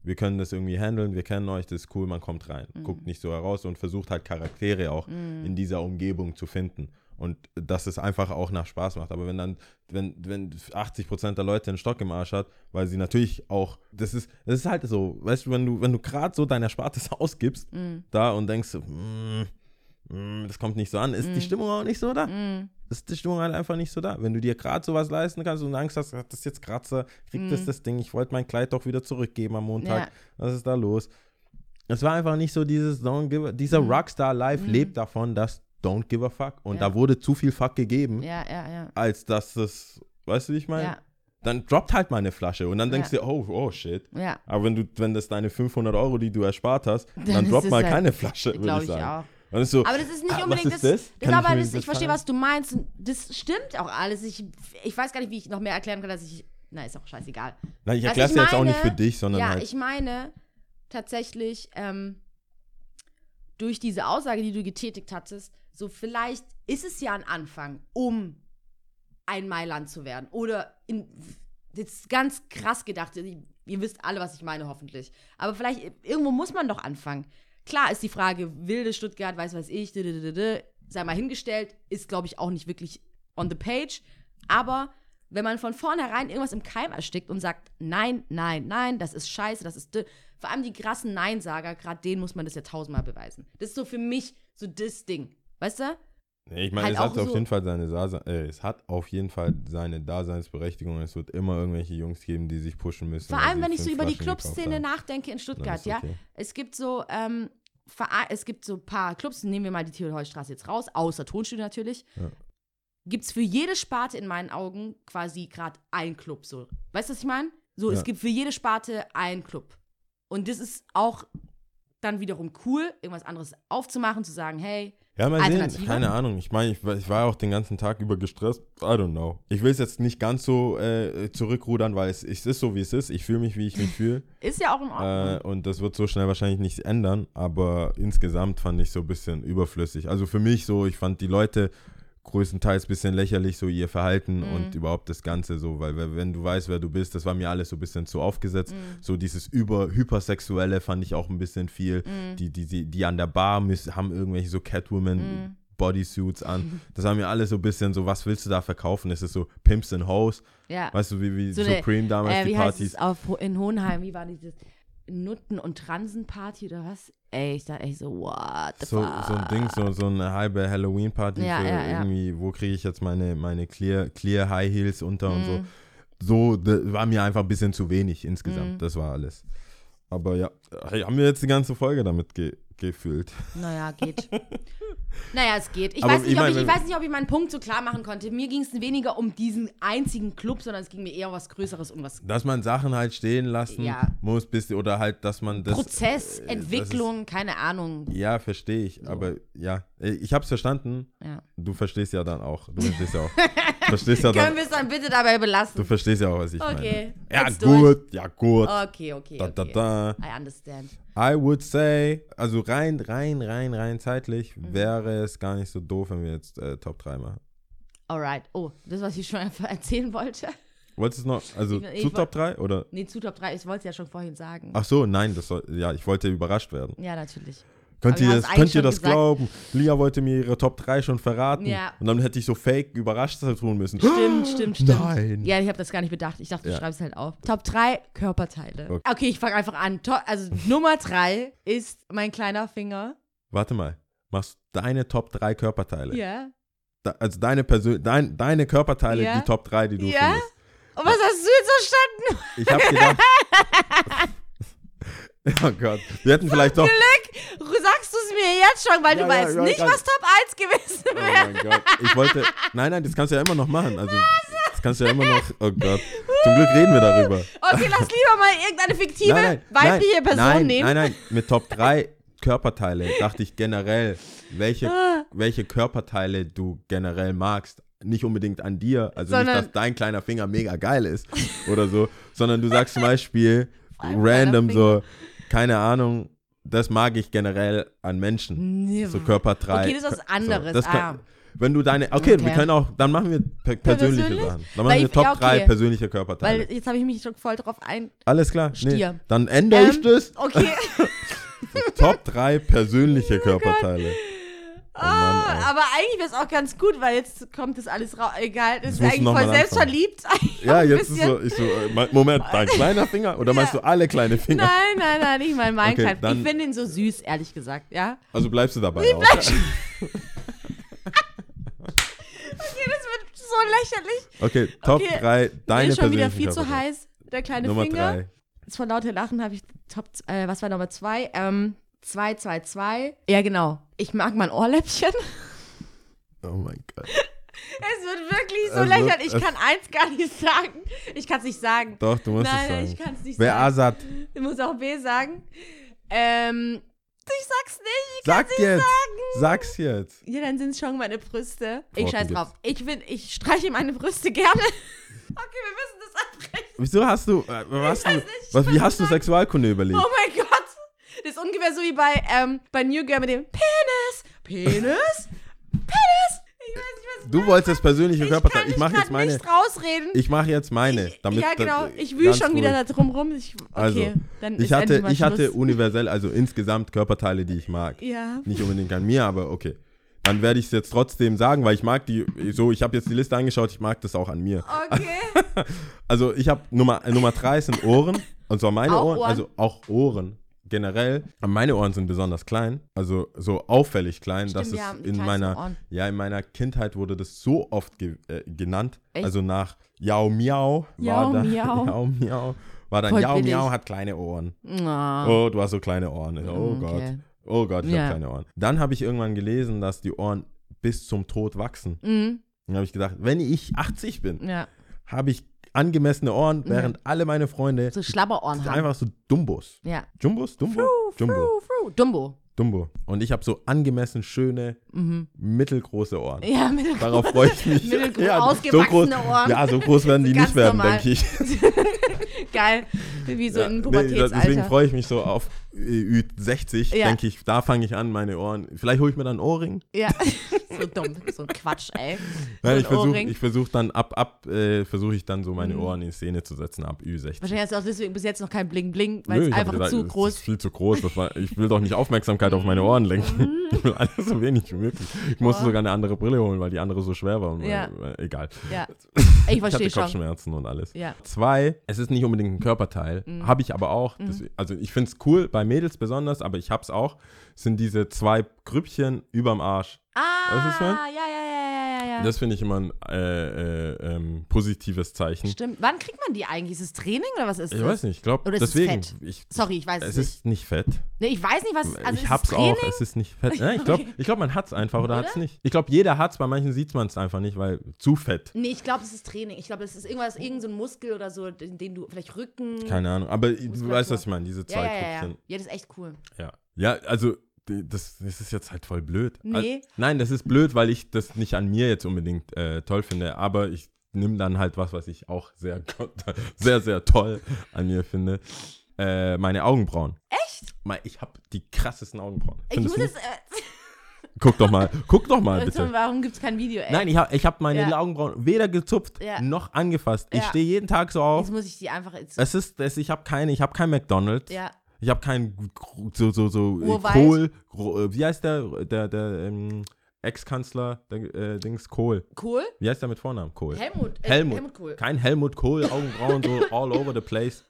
S4: Wir können das irgendwie handeln, wir kennen euch, das ist cool, man kommt rein. Guckt nicht so heraus und versucht halt Charaktere auch in dieser Umgebung zu finden. Und dass es einfach auch nach Spaß macht. Aber wenn dann, wenn, wenn 80 Prozent der Leute einen Stock im Arsch hat, weil sie natürlich auch, das ist, das ist halt so, weißt du, wenn du, wenn du gerade so dein Erspartes ausgibst, da und denkst, mm, mm, das kommt nicht so an, ist
S2: Hm.
S4: die Stimmung auch nicht so da? Ist die Stimmung halt einfach nicht so da. Wenn du dir gerade sowas leisten kannst und Angst hast, hat das ist jetzt Kratzer, kriegt das das Ding, ich wollte mein Kleid doch wieder zurückgeben am Montag,
S2: Hm. Ja.
S4: was ist da los? Es war einfach nicht so dieses Don't give a,
S2: Hm.
S4: dieser Rockstar Life lebt davon, dass Don't give a fuck und
S2: Ja.
S4: da wurde zu viel fuck gegeben,
S2: Ja, ja, ja.
S4: als dass das, weißt du, wie ich meine?
S2: Ja,
S4: Dann droppt halt mal eine Flasche und dann denkst du
S2: Ja.
S4: dir, oh, oh shit.
S2: ja.
S4: Aber wenn du, wenn das deine 500 Euro, die du erspart hast, dann,
S2: Dann ist
S4: droppt
S2: es
S4: mal
S2: halt-
S4: keine Flasche, würde
S2: Glaube
S4: ich
S2: ich
S4: sagen.
S2: auch.
S4: Dann ist so,
S2: Aber das ist nicht
S4: ah, was
S2: unbedingt
S4: ist
S2: das.
S4: das?
S2: das
S4: Kann
S2: aber
S4: mir
S2: das, ich verstehe,
S4: bezahlen?
S2: was du meinst. Und Das stimmt auch alles. Ich, ich weiß gar nicht, wie ich noch mehr erklären kann, dass ich. Na, ist auch scheißegal.
S4: Nein,
S2: Also
S4: ich erkläre es jetzt auch
S2: meine-
S4: nicht für dich, sondern
S2: Ja,
S4: halt.
S2: ich meine tatsächlich, ähm, durch diese Aussage, die du getätigt hattest, so vielleicht ist es ja ein Anfang, um ein Mailand zu werden. Oder in, jetzt ganz krass gedacht, ihr wisst alle, was ich meine, hoffentlich. Aber vielleicht, irgendwo muss man doch anfangen. Klar ist die Frage, wilde Stuttgart, weiß was ich, dödödödö, sei mal hingestellt, ist, glaube ich, auch nicht wirklich on the page. Aber wenn man von vornherein irgendwas im Keim erstickt und sagt, nein, nein, nein, das ist scheiße, das ist. dö- Vor allem die krassen Neinsager, gerade denen muss man das ja tausendmal beweisen. Das ist so für mich so das Ding. Weißt du?
S4: Nee, ich meine,
S2: halt
S4: es hat
S2: auch
S4: auf
S2: so-
S4: jeden Fall seine Dase äh, es hat auf jeden Fall seine Daseinsberechtigung. Es wird immer irgendwelche Jungs geben, die sich pushen müssen.
S2: Vor
S4: weil
S2: allem,
S4: sie
S2: wenn ich so
S4: fünf
S2: über die
S4: Flaschen gekauft
S2: Clubszene
S4: haben.
S2: nachdenke in Stuttgart,
S4: ist
S2: ja.
S4: okay.
S2: Es gibt so, ähm, Vere- es gibt so ein paar Clubs, nehmen wir mal die Theodor-Heuss-Straße jetzt raus, außer Tonstudio natürlich.
S4: Ja.
S2: Gibt es für jede Sparte in meinen Augen quasi gerade einen Club. So. Weißt du, was ich meine? So,
S4: Ja.
S2: es gibt für jede Sparte einen Club. Und das ist auch dann wiederum cool, irgendwas anderes aufzumachen, zu sagen, hey,
S4: Ja, mal sehen.
S2: Alternative?
S4: Keine Ahnung. Ich meine, ich, war- ich war auch den ganzen Tag über gestresst. I don't know. Ich will es jetzt nicht ganz so äh, zurückrudern, weil es, es ist so, wie es ist. Ich fühle mich, wie ich mich fühle.
S2: ist ja auch in Ordnung.
S4: Äh, und das wird so schnell wahrscheinlich nichts ändern, aber insgesamt fand ich so ein bisschen überflüssig. Also für mich so, ich fand die Leute größtenteils ein bisschen lächerlich, so ihr Verhalten
S2: Mhm.
S4: und überhaupt das Ganze so, weil we- wenn du weißt, wer du bist, das war mir alles so ein bisschen zu aufgesetzt.
S2: Mhm.
S4: So dieses über hypersexuelle fand ich auch ein bisschen viel.
S2: Mhm.
S4: Die, die, die, die an der Bar miss- haben irgendwelche so Catwoman.
S2: Mhm.
S4: Bodysuits an. Das haben mir alles so ein bisschen so, was willst du da verkaufen? Es ist so Pimps and Hoes.
S2: ja.
S4: Weißt du, wie, wie
S2: So eine,
S4: Supreme damals
S2: äh, wie
S4: die
S2: heißt
S4: Partys.
S2: es auf, Ho- in Hohenheim, wie war dieses Nutten- und Transenparty oder was? Ey, ich dachte echt so, what the
S4: so,
S2: fuck?
S4: so ein Ding, so, so eine halbe Halloween-Party
S2: Ja,
S4: für
S2: ja, ja.
S4: irgendwie, wo kriege ich jetzt meine, meine Clear, Clear High Heels unter und
S2: Mhm.
S4: so. So d- war mir einfach ein bisschen zu wenig
S2: Mhm.
S4: insgesamt. Das war alles. Aber ja, hey, haben wir jetzt die ganze Folge damit ge gefüllt.
S2: Naja, geht. naja, es geht. Ich
S4: Aber
S2: weiß, nicht,
S4: ich mein,
S2: ob ich, ich
S4: wenn-
S2: weiß nicht, ob ich meinen Punkt so klar machen konnte. Mir ging es weniger um diesen einzigen Club, sondern es ging mir eher um was Größeres, um was
S4: Dass man Sachen halt stehen lassen
S2: Ja.
S4: muss, bis, oder halt, dass man das.
S2: Prozess,
S4: äh, das ist-
S2: Entwicklung, keine Ahnung.
S4: Ja, verstehe ich. Aber ja, ich hab's verstanden.
S2: Ja.
S4: Du verstehst ja dann auch. Du verstehst ja auch. Du verstehst ja
S2: Können
S4: dann.
S2: wir es dann bitte dabei
S4: Du
S2: belassen?
S4: verstehst ja auch, was ich
S2: Okay,
S4: meine. Ja,
S2: let's do it.
S4: gut. Ja, gut.
S2: Okay, okay,
S4: Da, da,
S2: okay.
S4: da.
S2: I understand.
S4: I would say, also rein, rein, rein, rein zeitlich
S2: Mhm.
S4: wäre es gar nicht so doof, wenn wir jetzt äh, Top 3 machen.
S2: Alright. Oh, das, was ich schon erzählen wollte.
S4: Wolltest du es noch, also
S2: Ich- ich
S4: zu
S2: woll-
S4: Top 3 oder?
S2: Nee, zu Top 3, ich wollte es ja schon vorhin sagen.
S4: Ach so, nein, das soll, ja, ich wollte überrascht werden.
S2: Ja, natürlich.
S4: Könnt
S2: wir
S4: ihr
S2: haben
S4: das,
S2: es
S4: könnt
S2: eigentlich
S4: ihr
S2: schon
S4: das
S2: gesagt.
S4: glauben? Lia wollte mir ihre Top 3 schon verraten.
S2: Ja.
S4: Und dann hätte ich so fake überrascht tun müssen.
S2: Stimmt, stimmt, stimmt.
S4: Ah, Nein.
S2: Ja, ich habe das gar nicht bedacht. Ich dachte, du
S4: Ja.
S2: schreibst halt auf. Top 3 Körperteile.
S4: Okay.
S2: Okay, ich fange einfach an. To also Nummer 3 ist mein kleiner Finger.
S4: Warte mal, machst du deine Top 3 Körperteile?
S2: Ja.
S4: Da, also deine, Persön dein, deine Körperteile,
S2: Ja.
S4: die Top 3, die du
S2: Ja.
S4: findest.
S2: Und was hast du jetzt verstanden?
S4: Ich habe gedacht. oh Gott. Wir hätten vielleicht doch.
S2: Glück! Sagst du es mir jetzt schon, weil
S4: Ja,
S2: du
S4: ja,
S2: weißt
S4: ja,
S2: nicht,
S4: ja.
S2: was Top 1 gewesen
S4: Oh
S2: wäre.
S4: mein Gott. Ich wollte. Nein, nein, das kannst du ja immer noch machen. Also, das kannst du ja immer noch. Oh Gott. Zum Glück reden wir darüber.
S2: Okay, lass lieber mal irgendeine fiktive
S4: Nein, nein,
S2: weibliche
S4: nein,
S2: Person
S4: nein,
S2: nehmen.
S4: Nein, nein, mit Top 3 Körperteile dachte ich generell, welche,
S2: Ah,
S4: welche Körperteile du generell magst. Nicht unbedingt an dir, also
S2: Sondern-
S4: nicht, dass dein kleiner Finger mega geil ist oder so, sondern du sagst zum Beispiel random so, keine Ahnung, das mag ich generell an Menschen.
S2: Nee.
S4: So Körperteile.
S2: Okay, das ist was anderes,
S4: das kann,
S2: ah.
S4: Wenn du deine, okay, wir
S2: Okay.
S4: können auch, dann machen wir per persönliche
S2: Persönlich?
S4: Sachen.
S2: Weil
S4: Dann machen wir
S2: ich-
S4: Top
S2: ja, okay.
S4: 3 persönliche Körperteile.
S2: Weil jetzt habe ich mich schon voll drauf ein.
S4: Alles klar. Nee,
S2: Stier.
S4: dann ändere ich
S2: Ähm,
S4: das.
S2: Okay. Oh
S4: Top 3 persönliche Körperteile. Oh Mann, ey.
S2: Ah, Aber eigentlich wäre es auch ganz gut, weil jetzt kommt das alles raus. Egal,
S4: Jetzt
S2: ist
S4: musst du
S2: eigentlich
S4: noch
S2: voll
S4: mal anfangen.
S2: selbstverliebt. Eigentlich auch
S4: Ja,
S2: ein
S4: jetzt ist
S2: bisschen.
S4: so, ich so, äh, mein- Moment, dein kleiner Finger? Oder meinst du alle kleine Finger?
S2: Nein, nein, nein, ich meine meinen
S4: Okay,
S2: kleinen.
S4: dann-
S2: Ich finde ihn so süß, ehrlich gesagt, ja?
S4: Also bleibst du dabei auch.
S2: Okay, das wird so lächerlich.
S4: Okay, Top
S2: Okay,
S4: 3,
S2: Mir
S4: deine
S2: ist schon wieder
S4: persönlichen
S2: viel zu
S4: Körperteile.
S2: heiß, der kleine
S4: Nummer
S2: Finger.
S4: 3.
S2: Jetzt Vor lauter Lachen habe ich Top, äh, was war Nummer zwei? Ähm, 2, 2, 2. Ja, genau. Ich mag mein Ohrläppchen.
S4: Oh mein Gott.
S2: Es wird wirklich so
S4: Es wird-
S2: lächerlich. Ich
S4: es-
S2: kann eins gar nicht sagen. Ich kann es nicht sagen.
S4: Doch, du musst
S2: Nein, nein, ich
S4: es sagen.
S2: kann es nicht
S4: Wer
S2: sagen.
S4: Asad,
S2: Ich muss auch B sagen. Ähm, ich sag's nicht. Ich
S4: sag
S2: kann's nicht
S4: jetzt.
S2: sagen.
S4: Sag's jetzt.
S2: Ja, dann sind's schon meine Brüste. Ich
S4: Worten
S2: scheiß
S4: gibt's.
S2: drauf. Ich, will, ich streiche meine Brüste gerne. Okay, wir müssen das abbrechen.
S4: Wieso hast du, äh,
S2: weiß
S4: was, du
S2: nicht, ich
S4: was,
S2: muss
S4: wie hast du
S2: sagen.
S4: Sexualkunde überlegt?
S2: Oh mein Gott. Das ist ungefähr so wie bei, ähm, bei New Girl mit dem Penis. Penis? Penis? Ich weiß nicht, was
S4: Du wolltest das persönliche
S2: ich
S4: Körperteil.
S2: kann
S4: Ich mache
S2: grad
S4: jetzt meine.
S2: nicht rausreden.
S4: Ich mache jetzt meine.
S2: Ich-
S4: damit
S2: ja,
S4: das-
S2: genau. Ich wühle
S4: ganz
S2: schon wieder
S4: ruhig.
S2: da drum rum. Ich, okay,
S4: Also,
S2: dann ist
S4: ich hatte,
S2: endlich mal
S4: ich hatte
S2: Schluss.
S4: universell, also insgesamt Körperteile, die ich mag.
S2: Ja.
S4: Nicht unbedingt an mir, aber okay. Dann werde ich es jetzt trotzdem sagen, weil ich mag die, so, ich habe jetzt die Liste angeschaut, ich mag das auch an mir.
S2: Okay.
S4: Also ich habe Nummer, äh, Nummer drei sind Ohren. Und zwar meine
S2: Auch
S4: Ohren,
S2: Ohren?
S4: also auch Ohren generell. Aber Meine Ohren sind besonders klein, also so auffällig klein,
S2: Stimmt,
S4: dass es
S2: ja, die
S4: in
S2: kleinsten
S4: meiner,
S2: Ohren.
S4: ja, in meiner Kindheit wurde das so oft ge äh, genannt.
S2: Echt?
S4: Also nach Yao Miao
S2: Yao
S4: war dann,
S2: Miau.
S4: Yao Miao war dann
S2: Voll
S4: Yao
S2: billig.
S4: Miao hat kleine Ohren.
S2: Na.
S4: Oh, du hast so kleine Ohren. Oh
S2: Mm,
S4: Gott.
S2: okay.
S4: Oh Gott, ich
S2: Ja.
S4: habe kleine Ohren. Dann habe ich irgendwann gelesen, dass die Ohren bis zum Tod wachsen.
S2: Mhm.
S4: Dann habe ich gedacht, wenn ich 80 bin,
S2: Ja.
S4: habe ich angemessene Ohren, während alle meine Freunde
S2: Mhm. So Schlabberohren haben.
S4: einfach so Dumbos.
S2: Ja.
S4: Jumbos? Dumbo? Jumbo.
S2: Fru, fru. Dumbo.
S4: Dumbo. Und ich habe so angemessen schöne,
S2: Mhm.
S4: mittelgroße Ohren.
S2: Ja, mittelgroß.
S4: Darauf freue ich mich.
S2: Mittelgroß,
S4: so groß,
S2: ausgewachsene Ohren.
S4: Ja, so groß werden die
S2: Ganz
S4: nicht werden,
S2: normal.
S4: denke ich.
S2: Geil. Wie so
S4: Ja,
S2: ein
S4: nee, deswegen
S2: Pubertätsalter.
S4: freue ich mich so auf äh, Ü 60,
S2: Ja.
S4: denke ich, da fange ich an, meine Ohren. Vielleicht hole ich mir dann einen Ohrring.
S2: ja. so dumm. So ein Quatsch, ey.
S4: Nein, ich
S2: so ein
S4: versuche
S2: Ohrring. Mhm.
S4: ich versuch dann ab, ab, äh, versuche ich dann so meine Ohren in Szene zu setzen ab Ü60.
S2: Wahrscheinlich hast du auch deswegen bis jetzt noch kein Bling-Bling, weil
S4: Nö,
S2: es
S4: ich hab
S2: einfach
S4: gesagt,
S2: zu
S4: es Ist
S2: groß
S4: viel zu groß. Das war, ich will doch nicht Aufmerksamkeit auf meine Ohren
S2: Mhm.
S4: lenken. Ich will alles so wenig wie möglich. Ich musste sogar eine andere Brille holen, weil die andere so schwer war. Und
S2: Ja.
S4: weil, äh, egal.
S2: Ja. Ich
S4: Ich
S2: verstehe
S4: hatte
S2: schon.
S4: Kopfschmerzen und alles.
S2: Ja. Mhm.
S4: Zwei, es ist nicht unbedingt ein Körperteil. Habe ich aber auch. Deswe- also ich finde es cool, bei Mädels besonders, aber ich hab's auch. Sind diese zwei Grüppchen überm Arsch. Weißt du, was ich
S2: Ah, ja,
S4: mein?
S2: ja, ja, ja, ja, ja.
S4: Das finde ich immer ein äh, äh, ähm, positives Zeichen.
S2: Stimmt. Wann kriegt man die eigentlich? Ist es Training oder was ist
S4: Ich
S2: das?
S4: weiß nicht, ich glaube,
S2: Oder ist es
S4: deswegen.
S2: fett?
S4: Ich,
S2: Sorry, ich weiß es,
S4: es ist nicht fett.
S2: nicht. Nee, ich weiß nicht, was. Also ist
S4: Äh, ich
S2: es
S4: hab's
S2: Training?
S4: auch, es ist nicht fett. Nein, ich glaube, ich glaub, man hat's einfach oder, hat's nicht. Ich glaube, jeder hat's, bei manchen sieht man es einfach nicht, weil zu fett.
S2: Nee, ich glaube, es ist Training. Ich glaube, es ist irgendwas, irgendein so ein Muskel oder so, den den du vielleicht Rücken.
S4: Keine Ahnung, aber du
S2: Muskulatur.
S4: weißt, was ich meine, diese
S2: ja, ja,
S4: zwei
S2: ja, ja.
S4: Krüppchen.
S2: ja, das ist echt cool.
S4: Ja. ja. also d- das, das ist jetzt halt voll blöd.
S2: Nee.
S4: Also, nein, das ist blöd, weil ich das nicht an mir jetzt unbedingt äh, toll finde, aber ich nehme dann halt was, was ich auch sehr, sehr, sehr toll an mir finde. Äh, meine Augenbrauen. Echt? Ich habe die krassesten Augenbrauen.
S2: Ich
S4: Findest
S2: muss
S4: du
S2: es.
S4: nicht?
S2: Äh,
S4: Guck doch mal, guck doch mal bitte.
S2: warum gibt es kein Video, ey?
S4: Nein, ich habe ich hab meine
S2: Äh, Ja.
S4: Augenbrauen weder gezupft
S2: Ja.
S4: noch angefasst. Ich
S2: Ja.
S4: stehe jeden Tag so
S2: Jetzt
S4: auf.
S2: muss ich die einfach. Jetzt,
S4: Es ist, es, ich habe keine, ich habe kein McDonald's.
S2: ja.
S4: Ich habe kein Gr- so so so äh,
S2: Urwald.
S4: Kohl. Gro- äh, Wie heißt der der der ähm, Ex-Kanzler der, äh, Dings Kohl?
S2: Kohl?
S4: Wie heißt der mit Vornamen Kohl?
S2: Helmut. Äh,
S4: Helmut.
S2: Helmut Kohl.
S4: Kein Helmut Kohl Augenbrauen so all over the place.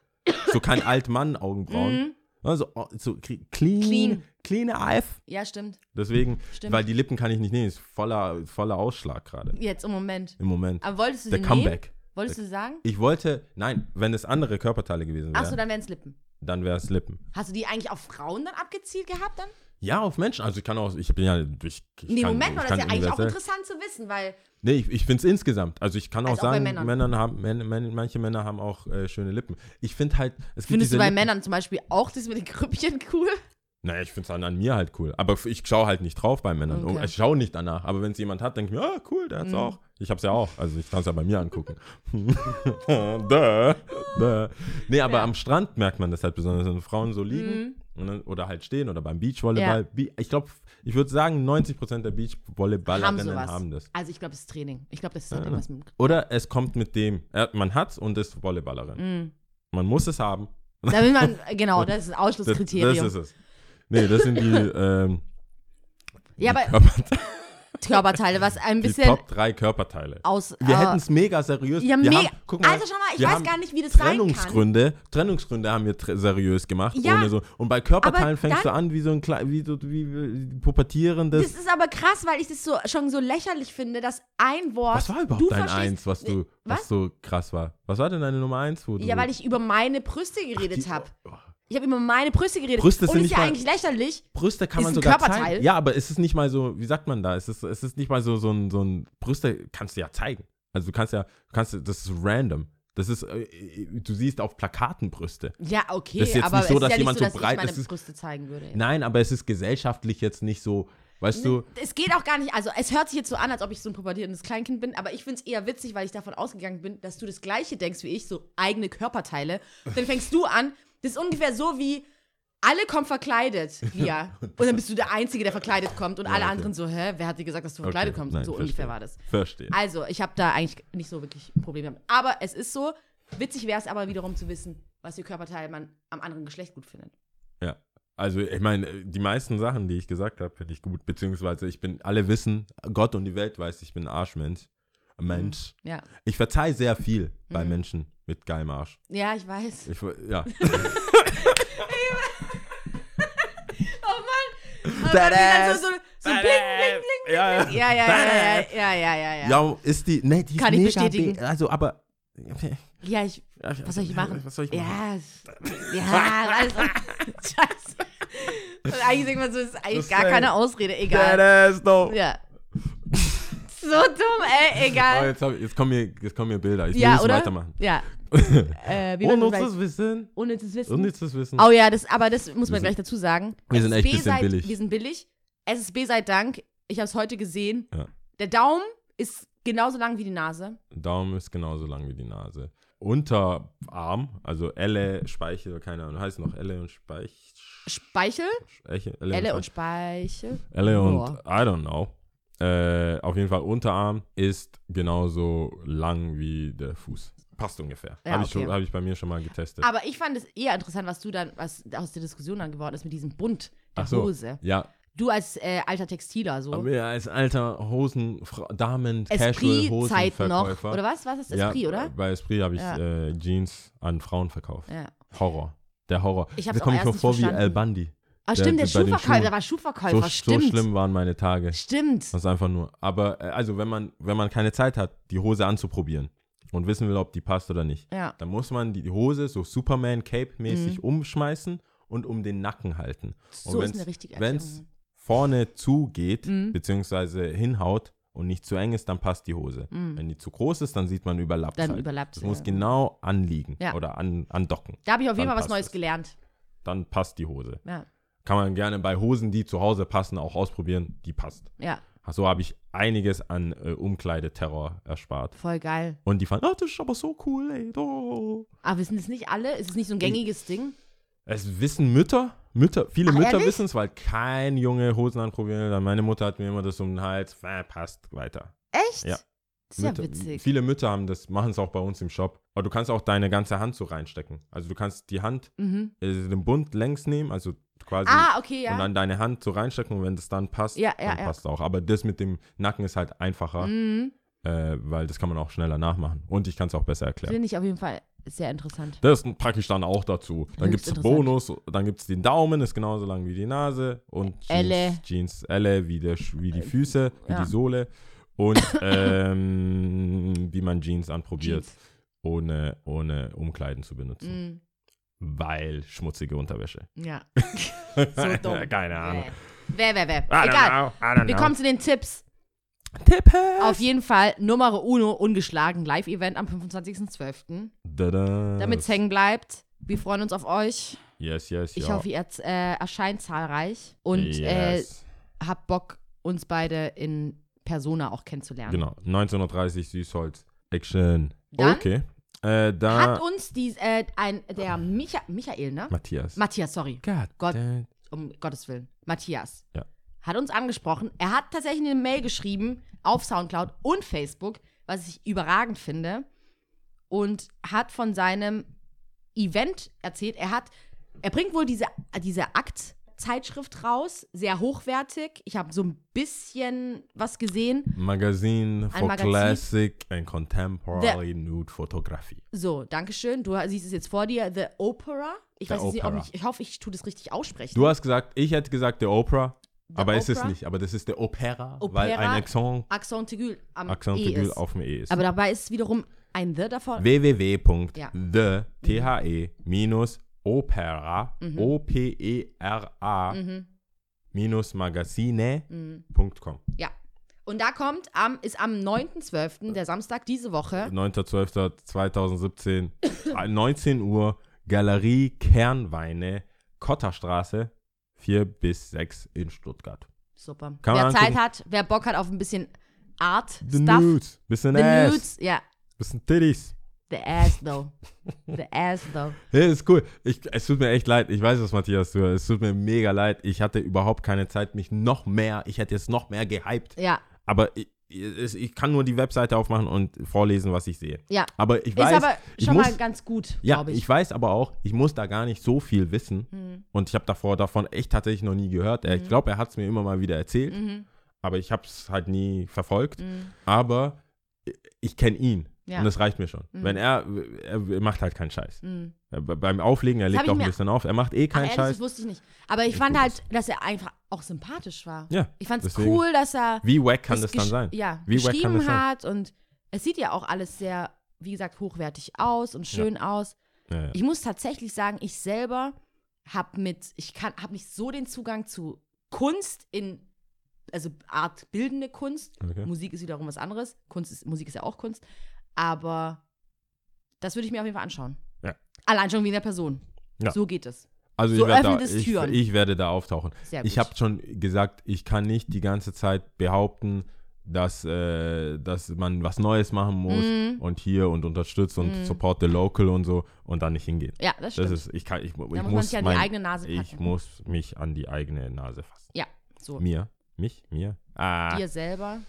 S4: So kein Altmann Augenbrauen. Also oh, so cre- clean,
S2: Mhm. Clean.
S4: clean AF.
S2: Ja, stimmt.
S4: Deswegen,
S2: Stimmt.
S4: weil die Lippen kann ich nicht nehmen, ist voller voller Ausschlag gerade
S2: Jetzt im Moment.
S4: im Moment.
S2: Aber wolltest du
S4: Der
S2: sie
S4: Comeback.
S2: Nehmen? Wolltest du sie sagen?
S4: Ich wollte, nein, wenn es andere Körperteile gewesen
S2: Achso,
S4: wären,
S2: dann wären es Lippen.
S4: dann wäre es Lippen.
S2: Hast du die eigentlich auf Frauen dann abgezielt gehabt dann?
S4: Ja, auf Menschen. Also ich kann auch, ich bin ja durch. Ich
S2: Nee,
S4: kann,
S2: Moment mal,
S4: ich
S2: das ist ja
S4: kann
S2: eigentlich auch
S4: universell-
S2: interessant zu wissen, weil.
S4: Nee, ich, ich finde es insgesamt. Also ich kann auch
S2: Also auch bei
S4: sagen,
S2: Männern.
S4: Männern haben, Män, Män, manche Männer haben auch äh, schöne Lippen. Ich finde halt, es gibt
S2: Findest
S4: diese
S2: du bei
S4: Lippen-
S2: Männern zum Beispiel auch das mit den Krüppchen cool?
S4: Naja, ich finde es an, an mir halt cool. Aber f- ich schaue halt nicht drauf bei Männern.
S2: Okay. Mhm.
S4: Ich schaue nicht danach. Aber wenn es jemand hat, denke ich mir, ah, cool, der hat's auch. Ich hab's ja auch. Also ich kann es ja bei mir angucken. Duh. Duh. Nee, aber am Strand merkt man das halt besonders, wenn Frauen so liegen und dann, oder halt stehen oder beim Beachvolleyball.
S2: Mhm. Ja.
S4: Wie- Ich glaube, ich würde sagen, 90% der Beachvolleyballerinnen haben,
S2: sowas.
S4: das. Ah.
S2: Also ich glaube, das ist Training. Ich glaube, das hat irgendwas mit.
S4: Oder es kommt mit dem, äh, man hat's und ist Volleyballerin.
S2: Mhm.
S4: Man muss es haben.
S2: Da will man, genau, das ist ein
S4: Das, das
S2: Ausschlusskriterium.
S4: ist es. Nee, das sind die, ähm,
S2: Ja,
S4: Die
S2: aber-
S4: Körper-
S2: Körperteile, was ein
S4: die
S2: bisschen
S4: Top 3 Körperteile.
S2: aus.
S4: Wir
S2: äh,
S4: hätten es mega seriös.
S2: Ja,
S4: wir
S2: mega-
S4: haben, guck mal,
S2: Alter, schau mal, ich
S4: wir
S2: weiß
S4: haben
S2: gar nicht, wie das sein kann.
S4: Trennungsgründe, Trennungsgründe haben wir tr- seriös gemacht.
S2: Ja,
S4: ohne so. Und bei Körperteilen
S2: aber
S4: fängst du an wie so ein klei- wie so, wie, wie pubertierendes.
S2: Das ist aber krass, weil ich das so, schon so lächerlich finde, dass ein Wort.
S4: was war überhaupt
S2: du
S4: dein
S2: verstehst-
S4: Eins, was du, was?
S2: Was?
S4: so krass war? Was war denn deine Nummer Eins? Wo du,
S2: Ja, weil ich über meine Brüste geredet
S4: die-
S2: habe. Ich habe über meine Brüste geredet.
S4: Brüste
S2: und
S4: sind
S2: ist
S4: nicht
S2: ja
S4: mal-
S2: eigentlich lächerlich.
S4: Brüste kann
S2: Ist
S4: man
S2: ein
S4: sogar
S2: Körperteil.
S4: zeigen. Ja, aber es ist nicht mal so, wie sagt man da? Es ist, es ist nicht mal so, so ein, so ein Brüste kannst du ja zeigen. Also du kannst ja, du kannst, das ist random. Das ist, äh, du siehst auf Plakaten Brüste.
S2: Ja, okay,
S4: Das ist jetzt
S2: aber
S4: nicht so,
S2: es ist
S4: dass
S2: ja
S4: jemand so
S2: nicht so, dass
S4: breit-
S2: ich meine
S4: das ist-
S2: Brüste zeigen würde. ja.
S4: Nein, aber es ist gesellschaftlich jetzt nicht so, weißt du,
S2: Es geht auch gar nicht, also es hört sich jetzt so an, als ob ich so ein pubertierendes Kleinkind bin, aber ich finde es eher witzig, weil ich davon ausgegangen bin, dass du das Gleiche denkst wie ich, so eigene Körperteile. Und dann fängst du an, das ist ungefähr so wie, alle kommen verkleidet, Lia. Und dann bist du der Einzige, der verkleidet kommt und alle
S4: okay.
S2: anderen so, hä, wer hat dir gesagt, dass du verkleidet
S4: Okay,
S2: kommst?
S4: nein,
S2: so
S4: verstehe.
S2: ungefähr war das.
S4: verstehe.
S2: Also, ich habe da eigentlich nicht so wirklich ein Problem damit. Aber es ist so, witzig wäre es aber wiederum zu wissen, was für Körperteile man am anderen Geschlecht gut findet.
S4: Ja. Also ich meine, die meisten Sachen, die ich gesagt habe, finde ich gut. Beziehungsweise ich bin, alle wissen, Gott und die Welt weiß, ich bin ein
S2: Mhm.
S4: Arschmensch. Ein Mensch.
S2: Ja.
S4: Ich verzeihe sehr viel
S2: Mhm.
S4: bei Menschen mit geilem Arsch.
S2: Ja, ich weiß.
S4: Ich, ver- ja.
S2: Oh Aber dann wieder so, so, so bling, bling, bling.
S4: ja,
S2: Ja,
S4: ja.
S2: ja, ja, ja, ja, ja, ja, ja.
S4: Ja, ist die. Nee, die
S2: Kann
S4: ist
S2: ich
S4: mega
S2: bestätigen.
S4: be- Also, aber.
S2: Ja, ich, was soll ich machen?
S4: Was soll ich machen?
S2: Ja, es- ja, also, scheiße. Und eigentlich denkt man so, es ist eigentlich
S4: Das
S2: gar
S4: sei-
S2: keine Ausrede, egal.
S4: That is no.
S2: Ja. So dumm, ey,
S4: Oh,
S2: egal.
S4: jetzt, hab, ich- jetzt, kommen mir, jetzt kommen mir Bilder. Ich will
S2: Ja,
S4: nicht
S2: oder?
S4: weitermachen.
S2: Ja. Äh, wie man
S4: Unnützes
S2: sagt,
S4: Wissen.
S2: unnützes Wissen.
S4: Unnützes Wissen.
S2: Oh ja, das, aber das muss man
S4: Wir
S2: gleich dazu sagen.
S4: wir sind echt
S2: SSB
S4: bisschen
S2: seit,
S4: billig.
S2: Wir sind billig. SSB sei Dank. Ich habe es heute gesehen.
S4: Ja.
S2: Der Daumen ist genauso lang wie die Nase.
S4: Daumen ist genauso lang wie die Nase. Unterarm, also Elle, Speichel, keine Ahnung, heißt noch Elle und Speich.
S2: Speichel,
S4: Eche-
S2: Elle und
S4: Speich-
S2: Speichel.
S4: Elle und
S2: Boah.
S4: I don't know. Äh, auf jeden Fall, Unterarm ist genauso lang wie der Fuß. Passt ungefähr.
S2: Ja,
S4: Habe ich,
S2: okay.
S4: schon- hab ich bei mir schon mal getestet.
S2: Aber ich fand es eher interessant, was du dann, was aus der Diskussion dann geworden ist mit diesem Bund der
S4: Ach so.
S2: Hose.
S4: Ja,
S2: Du als äh, alter Textiler so.
S4: aber ja, als alter Hosen, Fra- Damen, Casual
S2: Esprit-Zeit noch.
S4: Hosenverkäufer.
S2: Oder was? Was ist
S4: ja,
S2: Esprit, oder?
S4: Bei Esprit habe ich
S2: Ja.
S4: äh, Jeans an Frauen verkauft.
S2: Ja.
S4: Horror. Der Horror.
S2: Ich hab's
S4: da komme
S2: auch
S4: ich mir
S2: erst
S4: vor
S2: nicht
S4: wie Al
S2: verstanden.
S4: Bundy.
S2: Ah,
S4: Der-
S2: stimmt, der,
S4: bei den
S2: Schuhverkäufer,
S4: Schuhen.
S2: der war
S4: So,
S2: Schuhverkäufer,
S4: so
S2: stimmt.
S4: schlimm waren meine Tage.
S2: Stimmt.
S4: Das ist einfach nur. Aber äh, also, wenn man, wenn man keine Zeit hat, die Hose anzuprobieren und wissen will, ob die passt oder nicht,
S2: Ja.
S4: dann muss man die die Hose so Superman-Cape-mäßig umschmeißen und um den Nacken halten.
S2: Mhm. So
S4: und
S2: ist eine richtige Erklärung. Mhm.
S4: Wenn es vorne zugeht, beziehungsweise hinhaut und nicht zu eng ist, dann passt die Hose. Wenn die zu groß ist, dann sieht man überlappt.
S2: Mhm. Dann
S4: halt.
S2: überlappt
S4: Es
S2: sie,
S4: muss
S2: ja.
S4: genau anliegen
S2: Ja.
S4: oder an, andocken.
S2: Da habe ich auf jeden
S4: Dann
S2: Fall was
S4: passt
S2: Neues
S4: es.
S2: gelernt.
S4: Dann passt die Hose.
S2: Ja.
S4: Kann man gerne bei Hosen, die zu Hause passen, auch ausprobieren. Die passt.
S2: Ja.
S4: So habe ich einiges an äh, Umkleideterror erspart.
S2: Voll geil.
S4: Und die fanden, oh, das ist aber so cool, ey. Oh.
S2: Aber Ah, wissen das nicht alle? Ist es nicht so ein gängiges Ding?
S4: Es wissen Mütter, Mütter, viele
S2: Ach,
S4: Mütter
S2: ehrlich?
S4: wissen es, weil kein Junge Hosen anprobieren will. Meine Mutter hat mir immer das um den Hals, äh, passt, weiter.
S2: Echt?
S4: Ja. äh,
S2: Das ist ja
S4: Mütter-
S2: witzig.
S4: Viele Mütter haben das, machen es auch bei uns im Shop. Aber du kannst auch deine ganze Hand so reinstecken. Also du kannst die Hand,
S2: Mhm.
S4: äh, den Bund längs nehmen, also quasi.
S2: Ah, okay, ja.
S4: Und dann deine Hand so reinstecken und wenn das dann passt,
S2: Ja, ja,
S4: dann
S2: ja.
S4: passt es auch. Aber das mit dem Nacken ist halt einfacher.
S2: mhm.
S4: äh, weil das kann man auch schneller nachmachen. Und ich kann es auch besser erklären.
S2: Finde ich auf jeden Fall sehr interessant.
S4: Das packe ich dann auch dazu. Dann
S2: Höchst
S4: gibt es
S2: interessant.
S4: Bonus, dann gibt es den Daumen, ist genauso lang wie die Nase. Und Jeans,
S2: Elle.
S4: Jeans Elle, wie, der, Sch- wie die Füße, wie
S2: ja.
S4: die Sohle. Und ähm, wie man Jeans anprobiert,
S2: Jeans.
S4: ohne, ohne Umkleiden zu benutzen.
S2: Mhm.
S4: Weil schmutzige Unterwäsche.
S2: Ja.
S4: So
S2: dumm.
S4: Keine Ahnung.
S2: Wer, wer, wer.
S4: I don't
S2: Egal.
S4: know, I don't
S2: Wir
S4: know.
S2: kommen zu den Tipps.
S4: Tippe.
S2: Auf jeden Fall Nummer Uno, ungeschlagen, Live-Event am 25.12.
S4: Tada.
S2: Damit es hängen bleibt. Wir freuen uns auf euch.
S4: Yes, yes,
S2: Ich
S4: ja.
S2: hoffe, ihr äh, erscheint zahlreich und
S4: yes.
S2: äh, habt Bock, uns beide in Persona auch kennenzulernen.
S4: Genau, 1930 Süßholz. Action.
S2: Dann
S4: okay. Äh, da
S2: Hat uns dies, äh, ein, der Micha Michael, ne?
S4: Matthias.
S2: Matthias, sorry.
S4: God
S2: Gott.
S4: damn.
S2: um Gottes Willen, Matthias,
S4: Ja.
S2: hat uns angesprochen. Er hat tatsächlich eine Mail geschrieben auf Soundcloud und Facebook, was ich überragend finde. Und hat von seinem Event erzählt. Er hat, er bringt wohl diese, diese Akt Zeitschrift raus, sehr hochwertig. Ich habe so ein bisschen was gesehen.
S4: Magazin for
S2: Magazin.
S4: Classic and Contemporary Nude Photography.
S2: So, Dankeschön. Du siehst es jetzt vor dir. The Opera. Ich
S4: The
S2: weiß jetzt nicht, ob
S4: Opera.
S2: ich, ich hoffe, ich tue das richtig aussprechen.
S4: Du hast gesagt, ich hätte gesagt der Oprah, aber es ist es
S2: Opera?
S4: nicht. Aber das ist der Opera, weil
S2: Opera.
S4: ein Accent,
S2: Accent aigu am
S4: Accent
S2: e
S4: aigu
S2: ist.
S4: auf dem E ist.
S2: Aber dabei ist wiederum ein The davor. Ja.
S4: E www.the-opera,
S2: Mhm.
S4: O-P-E-R-A, E minus magazine.com.
S2: Mhm. Ja. Und da kommt am, ist am 9.12., der Samstag diese Woche.
S4: 9.12.2017, äh, 19 Uhr, Galerie Kernweine, Kotterstraße, 4 bis 6 in Stuttgart.
S2: Super.
S4: Kann
S2: wer
S4: man
S2: Zeit
S4: angucken.
S2: hat, wer Bock hat auf ein bisschen Art-Stuff.
S4: The Nudes. Bisschen Ass.
S2: ja.
S4: Bisschen Titties.
S2: The ass, though. The ass, though.
S4: Hey, ist cool. Ich, es tut mir echt leid. Ich weiß es, Matthias. Du, es tut mir mega leid. Ich hatte überhaupt keine Zeit, mich noch mehr, ich hätte jetzt noch mehr gehypt.
S2: Ja.
S4: Aber ich, es- ich kann nur die Webseite aufmachen und vorlesen, was ich sehe.
S2: Ja.
S4: Aber ich
S2: Ist
S4: weiß,
S2: aber
S4: ich
S2: schon
S4: muss,
S2: mal ganz gut,
S4: ja,
S2: glaube
S4: ich.
S2: ich. Hm.
S4: weiß aber auch, ich muss da gar nicht so viel wissen. Und ich habe davor davon echt tatsächlich noch nie gehört.
S2: Mhm.
S4: Er- Ich glaube, er hat es mir immer mal wieder erzählt, aber ich habe es halt nie verfolgt.
S2: Mm,
S4: Aber ich kenne ihn
S2: Mhm. Ja.
S4: und das reicht mir schon. Wenn er, er macht halt keinen Scheiß.
S2: Mhm.
S4: Ja, be- Beim Auflegen, er
S2: hab
S4: legt
S2: ich
S4: auch ein
S2: mir-
S4: bisschen auf. Er macht eh
S2: Ach,
S4: keinen
S2: ehrlich, das
S4: Scheiß.
S2: wusste ich nicht. Aber ich fand halt, dass er einfach auch sympathisch war.
S4: Ja,
S2: Ich fand es
S4: deswegen.
S2: cool, dass er
S4: Wie wack kann das dann
S2: gesch-
S4: sein?
S2: Ja,
S4: Wie wack kann
S2: geschrieben
S4: das sein?
S2: hat und es sieht ja auch alles sehr, wie gesagt, hochwertig aus und schön aus.
S4: Ja, ja.
S2: Ich muss tatsächlich sagen, ich selber habe mit, ich kann, habe nicht so den Zugang zu Kunst in, also Art bildende Kunst.
S4: Okay.
S2: Musik ist wiederum was anderes. Kunst ist, Musik ist ja auch Kunst. Aber das würde ich mir auf jeden Fall anschauen.
S4: Ja.
S2: Allein schon wegen der Person.
S4: Ja.
S2: So geht es.
S4: Also
S2: so
S4: ich, werd da,
S2: öffnet es
S4: ich,
S2: Türen.
S4: ich werde da auftauchen.
S2: Sehr
S4: Ich
S2: gut.
S4: habe schon gesagt, ich kann nicht die ganze Zeit behaupten, dass, äh, dass man was Neues machen muss
S2: Mhm.
S4: und hier und unterstützt und support the local und so und dann nicht hingehen.
S2: Ja, das
S4: Das
S2: Mhm. stimmt.
S4: ist, ich kann, ich, ich
S2: man
S4: muss
S2: sich an die
S4: mein,
S2: eigene Nase
S4: Ich
S2: packen.
S4: muss mich an die eigene Nase fassen.
S2: ja, so.
S4: Mir, mich, mir. Ah,
S2: Dir selber,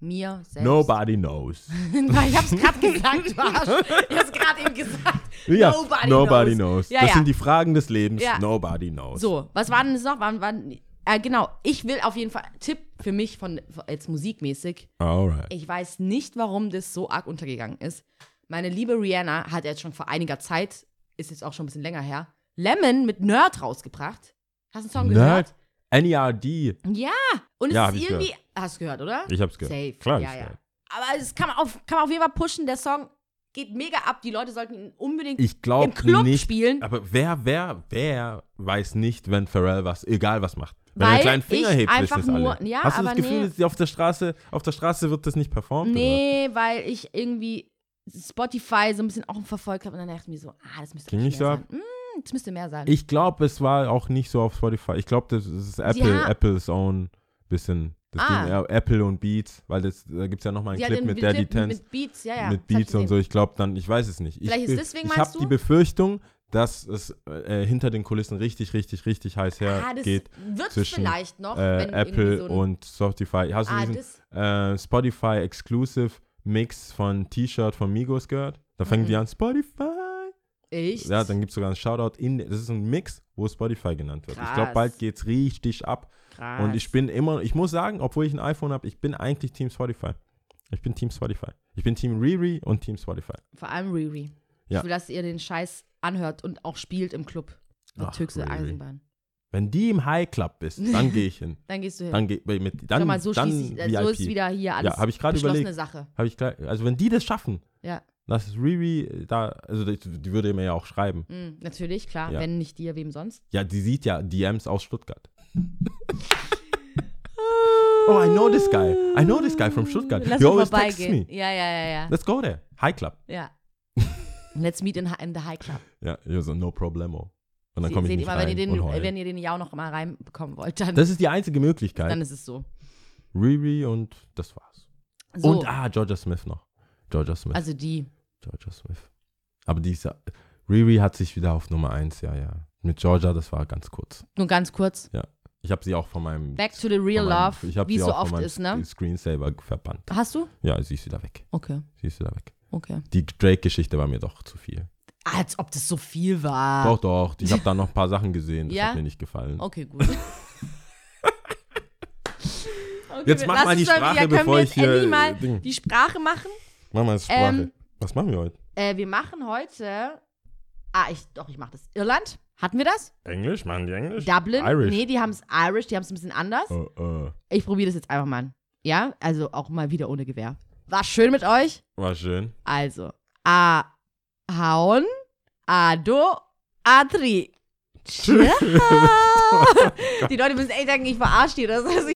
S2: mir selbst.
S4: nobody knows.
S2: Weil ich hab's gerade gesagt, du Arsch. Ich hab's gerade eben gesagt.
S4: Ja,
S2: Nobody, knows. Ja,
S4: das
S2: ja.
S4: sind die Fragen des Lebens.
S2: Ja.
S4: Nobody knows.
S2: so, was war denn das noch? Waren, waren, äh, genau, ich will auf jeden Fall, Tipp für mich von, von jetzt musikmäßig,
S4: Alright.
S2: ich weiß nicht, warum das so arg untergegangen ist. Meine liebe Rihanna hat jetzt schon vor einiger Zeit, ist jetzt auch schon ein bisschen länger her, Lemon mit Nerd rausgebracht. Hast du den Song
S4: Nerd? NERD.
S2: gehört? Ja. Und es
S4: Ja, hab
S2: ist
S4: ich
S2: irgendwie, hast du gehört, oder?
S4: Ich hab's gehört.
S2: Safe.
S4: Klar,
S2: ja,
S4: ich
S2: ja.
S4: gehört.
S2: Aber es kann man, auf, kann man auf jeden Fall pushen. Der Song geht mega ab. Die Leute sollten ihn unbedingt
S4: Ich
S2: im Club
S4: glaube nicht.
S2: spielen.
S4: Aber wer, wer, wer weiß nicht, wenn Pharrell was, egal was macht. Wenn er
S2: Weil
S4: einen kleinen Finger
S2: ich
S4: hebt,
S2: einfach
S4: wissen es alle.
S2: nur- ja,
S4: Hast du das
S2: aber
S4: Gefühl,
S2: nee.
S4: dass die auf der Straße, auf der Straße wird das nicht performt? Oder?
S2: Nee, weil ich irgendwie Spotify so ein bisschen auch verfolgt habe und dann dachte ich mir so, ah, das müsste
S4: Ging
S2: eigentlich
S4: nicht
S2: mehr
S4: so
S2: sein. Mm, das müsste mehr sein.
S4: Ich glaube, es war auch nicht so auf Spotify. Ich glaube, das ist Apple,
S2: haben-
S4: Apple's own bisschen. Das
S2: Ah.
S4: ging eher Apple und Beats, weil das, da gibt es ja nochmal einen
S2: Sie hat
S4: Clip
S2: den
S4: mit Daddy
S2: Clip
S4: Tense.
S2: mit Beats, ja, ja.
S4: mit
S2: das hab ich
S4: Beats und
S2: gesehen.
S4: so. Ich glaube dann, ich weiß es nicht. Ich,
S2: Vielleicht ist
S4: be-
S2: deswegen,
S4: Ich
S2: meinst
S4: habe
S2: du?
S4: die Befürchtung, dass es äh, hinter den Kulissen richtig, richtig, richtig heiß
S2: ah, das
S4: hergeht.
S2: wird
S4: zwischen,
S2: vielleicht noch,
S4: Äh,
S2: wenn irgendwie
S4: Apple
S2: so ein,
S4: und Spotify. Hast du
S2: Ah,
S4: diesen
S2: das-
S4: äh, Spotify Exclusive Mix von T-Shirt von Migos gehört? Da fängt die an Spotify.
S2: Mhm. Echt?
S4: Ja, dann gibt es sogar einen Shoutout in. Das ist ein Mix, wo Spotify genannt wird. Ich glaube,
S2: Krass.
S4: bald geht's richtig ab.
S2: Krass.
S4: Und ich bin immer, ich muss sagen, obwohl ich ein iPhone habe, ich bin eigentlich Team Spotify. Ich bin Team Spotify. Ich bin Team Riri und Team Spotify.
S2: Vor allem Riri.
S4: Ja.
S2: Ich will, dass ihr den Scheiß anhört und auch spielt im Club. Mit
S4: Ach,
S2: Türkse
S4: Riri.
S2: Eisenbahn.
S4: Wenn die im High Club ist, dann gehe ich hin.
S2: Dann gehst du hin.
S4: Dann geh, bei- mit
S2: Schau
S4: dann
S2: mal, so,
S4: dann
S2: schließt sich,
S4: VIP.
S2: so ist wieder hier alles
S4: Ja, hab ich gerade
S2: beschlossene
S4: überlegt.
S2: Sache.
S4: Hab ich gleich, also wenn die das schaffen,
S2: Ja.
S4: dass es Riri da, also die, die würde mir ja auch schreiben.
S2: Mm, natürlich, klar.
S4: Ja.
S2: Wenn nicht dir, wem sonst?
S4: Ja, die sieht ja DMs aus Stuttgart. oh, I know this guy. I know this guy from Stuttgart.
S2: Lass
S4: He
S2: mal
S4: always texts
S2: vorbeigehen.
S4: me.
S2: Ja, ja, ja, ja.
S4: Let's go there. High Club.
S2: Ja. Let's meet in, hi- in the High Club.
S4: Ja, you're so no problemo. Und dann
S2: Sie-
S4: komme ich
S2: seht
S4: nicht
S2: ihr mal,
S4: rein
S2: wenn, ihr
S4: und
S2: den,
S4: heul.
S2: wenn ihr den Jau noch mal reinbekommen wollt, dann,
S4: Das ist die einzige
S2: dann
S4: Möglichkeit.
S2: ist es so.
S4: Riri und das war's.
S2: so
S4: Und ah, Georgia Smith noch. Georgia Smith.
S2: also die.
S4: Georgia Smith. Aber diese Riri hat sich wieder auf Nummer 1, ja, ja. Mit Georgia, das war ganz kurz.
S2: Nur ganz kurz.
S4: Ja. Ich habe sie auch von meinem
S2: Back to the real
S4: von meinem-
S2: love,
S4: ich hab
S2: wie
S4: sie
S2: es so
S4: auch von
S2: oft
S4: meinem
S2: ist, ne?
S4: Sc- Screensaver verbannt.
S2: Hast du?
S4: Ja, sie ist wieder weg.
S2: Okay,
S4: Sie ist wieder weg.
S2: okay.
S4: Die Drake Geschichte war mir doch zu viel.
S2: Als ob das so viel war.
S4: Doch, doch. Ich habe da noch ein paar Sachen gesehen. Das
S2: Ah. Ja?
S4: hat mir nicht gefallen.
S2: Okay, gut. Okay,
S4: Jetzt
S2: wir-
S4: mach
S2: lass
S4: mal die
S2: uns doch-
S4: Sprache,
S2: ja, können wir
S4: bevor
S2: jetzt
S4: ich hier,
S2: endlich
S4: äh,
S2: mal
S4: Ding.
S2: die Sprache machen.
S4: Mach mal Sprache.
S2: Ähm,
S4: Was machen wir heute?
S2: Äh, wir machen heute. Ah, ich, doch, ich mach das. Irland? Hatten wir das?
S4: Englisch? Machen die Englisch?
S2: Dublin?
S4: Irish.
S2: Nee, die haben es Irish, die haben es ein bisschen anders.
S4: Äh, äh,
S2: Ich probiere das jetzt einfach mal. an. Ja, also auch mal wieder ohne Gewehr. War schön mit euch.
S4: war schön.
S2: Also, a haun, a do,
S4: Oh
S2: a tri. Ciao. die Leute müssen echt denken, ich verarsche die oder so.